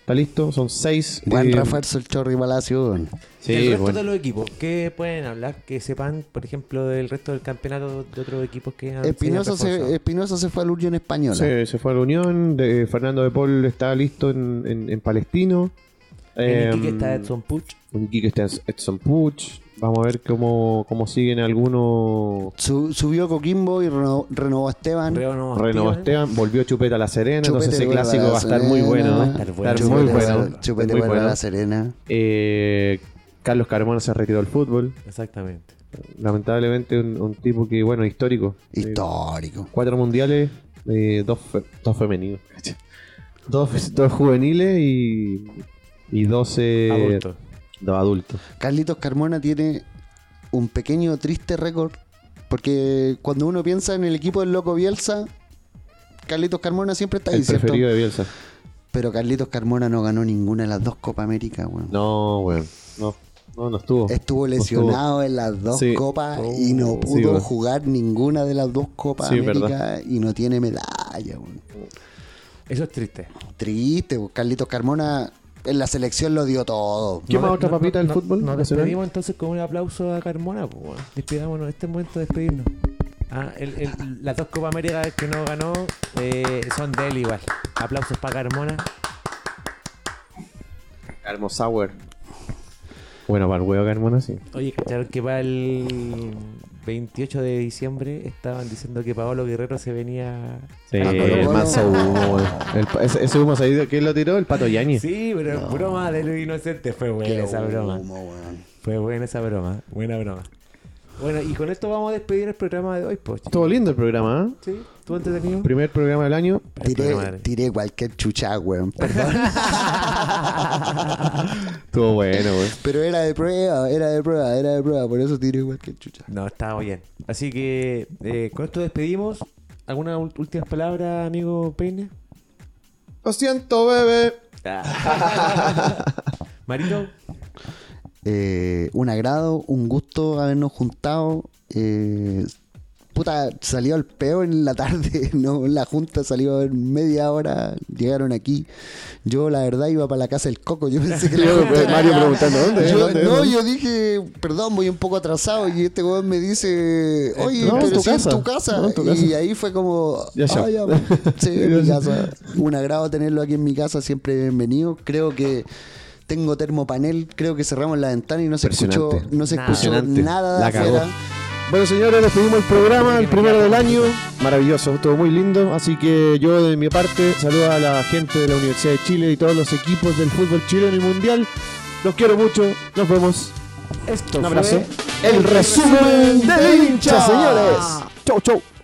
S1: Está listo, son seis.
S4: Buen
S1: eh,
S4: refuerzo el Chorri Palacio. weón.
S1: sí,
S3: el resto
S1: bueno.
S3: de los equipos, ¿qué pueden hablar? Que sepan, por ejemplo, del resto del campeonato de otros equipos que han
S4: Espinosa
S3: se han reforzado.
S4: se, Espinosa se fue al Unión Española.
S1: Sí, se fue a la Unión. de- Fernando de Paul está listo en, en- en Palestino. Em,
S3: En Iquique está Edson Puch.
S1: Un geek está Edson Puch. Vamos a ver cómo, cómo siguen algunos.
S4: Su- subió Coquimbo y reno- renovó a Esteban.
S3: Reo no
S1: Renovó Esteban, volvió Chupeta a la Serena.
S4: Chupete
S1: entonces ese
S4: vuelve a
S1: clásico
S4: la
S1: va a estar
S4: Serena.
S1: muy bueno. ¿eh?
S4: Va a
S3: estar
S1: Va a
S3: bueno.
S1: estar muy
S4: Chupete vuelve a-
S1: bueno.
S4: Chupete
S1: muy
S4: vuelve a
S1: bueno.
S4: la Serena.
S1: Eh, Carlos Carmona se retiró del fútbol.
S3: Exactamente.
S1: Lamentablemente, un, un tipo que, bueno, histórico. Eh,
S4: Histórico.
S1: cuatro mundiales, eh, dos, fe- dos femeninos. Dos, dos juveniles y, y dos, eh,
S3: Adulto.
S1: dos adultos.
S4: Carlitos Carmona tiene un pequeño triste récord. Porque cuando uno piensa en el equipo del Loco Bielsa, Carlitos Carmona siempre está ahí,
S1: El
S4: ¿cierto?
S1: preferido de Bielsa.
S4: Pero Carlitos Carmona no ganó ninguna de las dos Copa América, weón.
S1: No, weón. No, no, no estuvo.
S4: Estuvo
S1: No
S4: lesionado en las dos
S1: Sí.
S4: copas
S1: Oh.
S4: y no
S1: Sí,
S4: pudo
S1: weón.
S4: jugar ninguna de las dos copas
S1: Sí,
S4: América
S1: verdad.
S4: y no tiene medalla. weón.
S3: Eso es triste.
S4: Triste, weón. Carlitos Carmona en la selección lo dio todo.
S1: ¿Qué más otra papita del
S3: no-
S1: fútbol
S3: Nos
S1: nacional?
S3: despedimos entonces con un aplauso a Carmona. Pues, bueno. Despidámonos en este momento de despedirnos. Ah, el- el- las dos Copa América que no ganó eh, son de él igual. Aplausos para Carmona.
S1: Carmo Sauer. Bueno, para el huevo Carmona sí.
S3: Oye, ¿cacharon que para el 28 de diciembre estaban diciendo que Paolo Guerrero se venía
S1: Sí,
S4: Ah,
S1: el
S4: Colo-Colo.
S1: manso humo, weón. El pa- ese, ese humo se ¿quién lo tiró? El pato Yañez.
S3: Sí, pero broma de los inocentes. Fue buena esa broma.
S4: humo, weón.
S3: Fue buena esa broma. Buena broma. Bueno, y con esto vamos a despedir el programa de hoy, pues.
S1: Estuvo lindo el programa, ¿eh?
S3: ¿Sí? ¿Tú entretenido?
S1: Primer programa del año.
S3: eh.
S4: Tiré, tiré cualquier chucha, weón. Perdón.
S1: Estuvo bueno, weón.
S4: Pero era de prueba, era de prueba, era de prueba. Por eso tiré cualquier chucha.
S3: No, estaba bien. Así que eh, con esto despedimos. ¿Algunas ul- últimas palabras, amigo Peine?
S1: Lo siento, bebé.
S3: Marito,
S4: Eh, un agrado, un gusto habernos juntado. Eh, puta, salió al peo en la tarde, ¿no? La junta salió en media hora, llegaron aquí. Yo, la verdad, iba para la casa del coco. Yo pensé que la
S1: Yo,
S4: junta
S1: pues,
S4: era
S1: Mario
S4: acá.
S1: preguntando, ¿dónde es?
S4: Yo-
S1: ¿Dónde es?
S4: No,
S1: ¿Dónde?
S4: yo dije, perdón, voy un poco atrasado. Y este weón me dice, oye,
S1: Eh, No, en
S4: pero
S1: tu
S4: si es
S1: casa.
S4: tu casa.
S1: No, en tu
S4: Y
S1: casa.
S4: ahí fue como,
S1: Ya, ya.
S4: "Ah, ya, pues". Sí, en mi
S1: Ya, ya.
S4: casa. Un agrado tenerlo aquí en mi casa, siempre bienvenido. Creo que tengo termopanel, creo que cerramos la ventana y no se escuchó,
S1: Impresionante.
S4: no se escuchó
S1: Impresionante.
S4: nada de
S1: La cagó.
S4: afuera.
S1: Bueno, señores, despedimos el programa, el primero del año. Maravilloso, todo muy lindo. Así que yo, de mi parte, saludo a la gente de la Universidad de Chile y todos los equipos del fútbol chileno y mundial. Los quiero mucho, nos vemos.
S5: Esto
S1: Un
S5: fue
S1: abrazo. El resumen del hincha, señores. Chau, chau.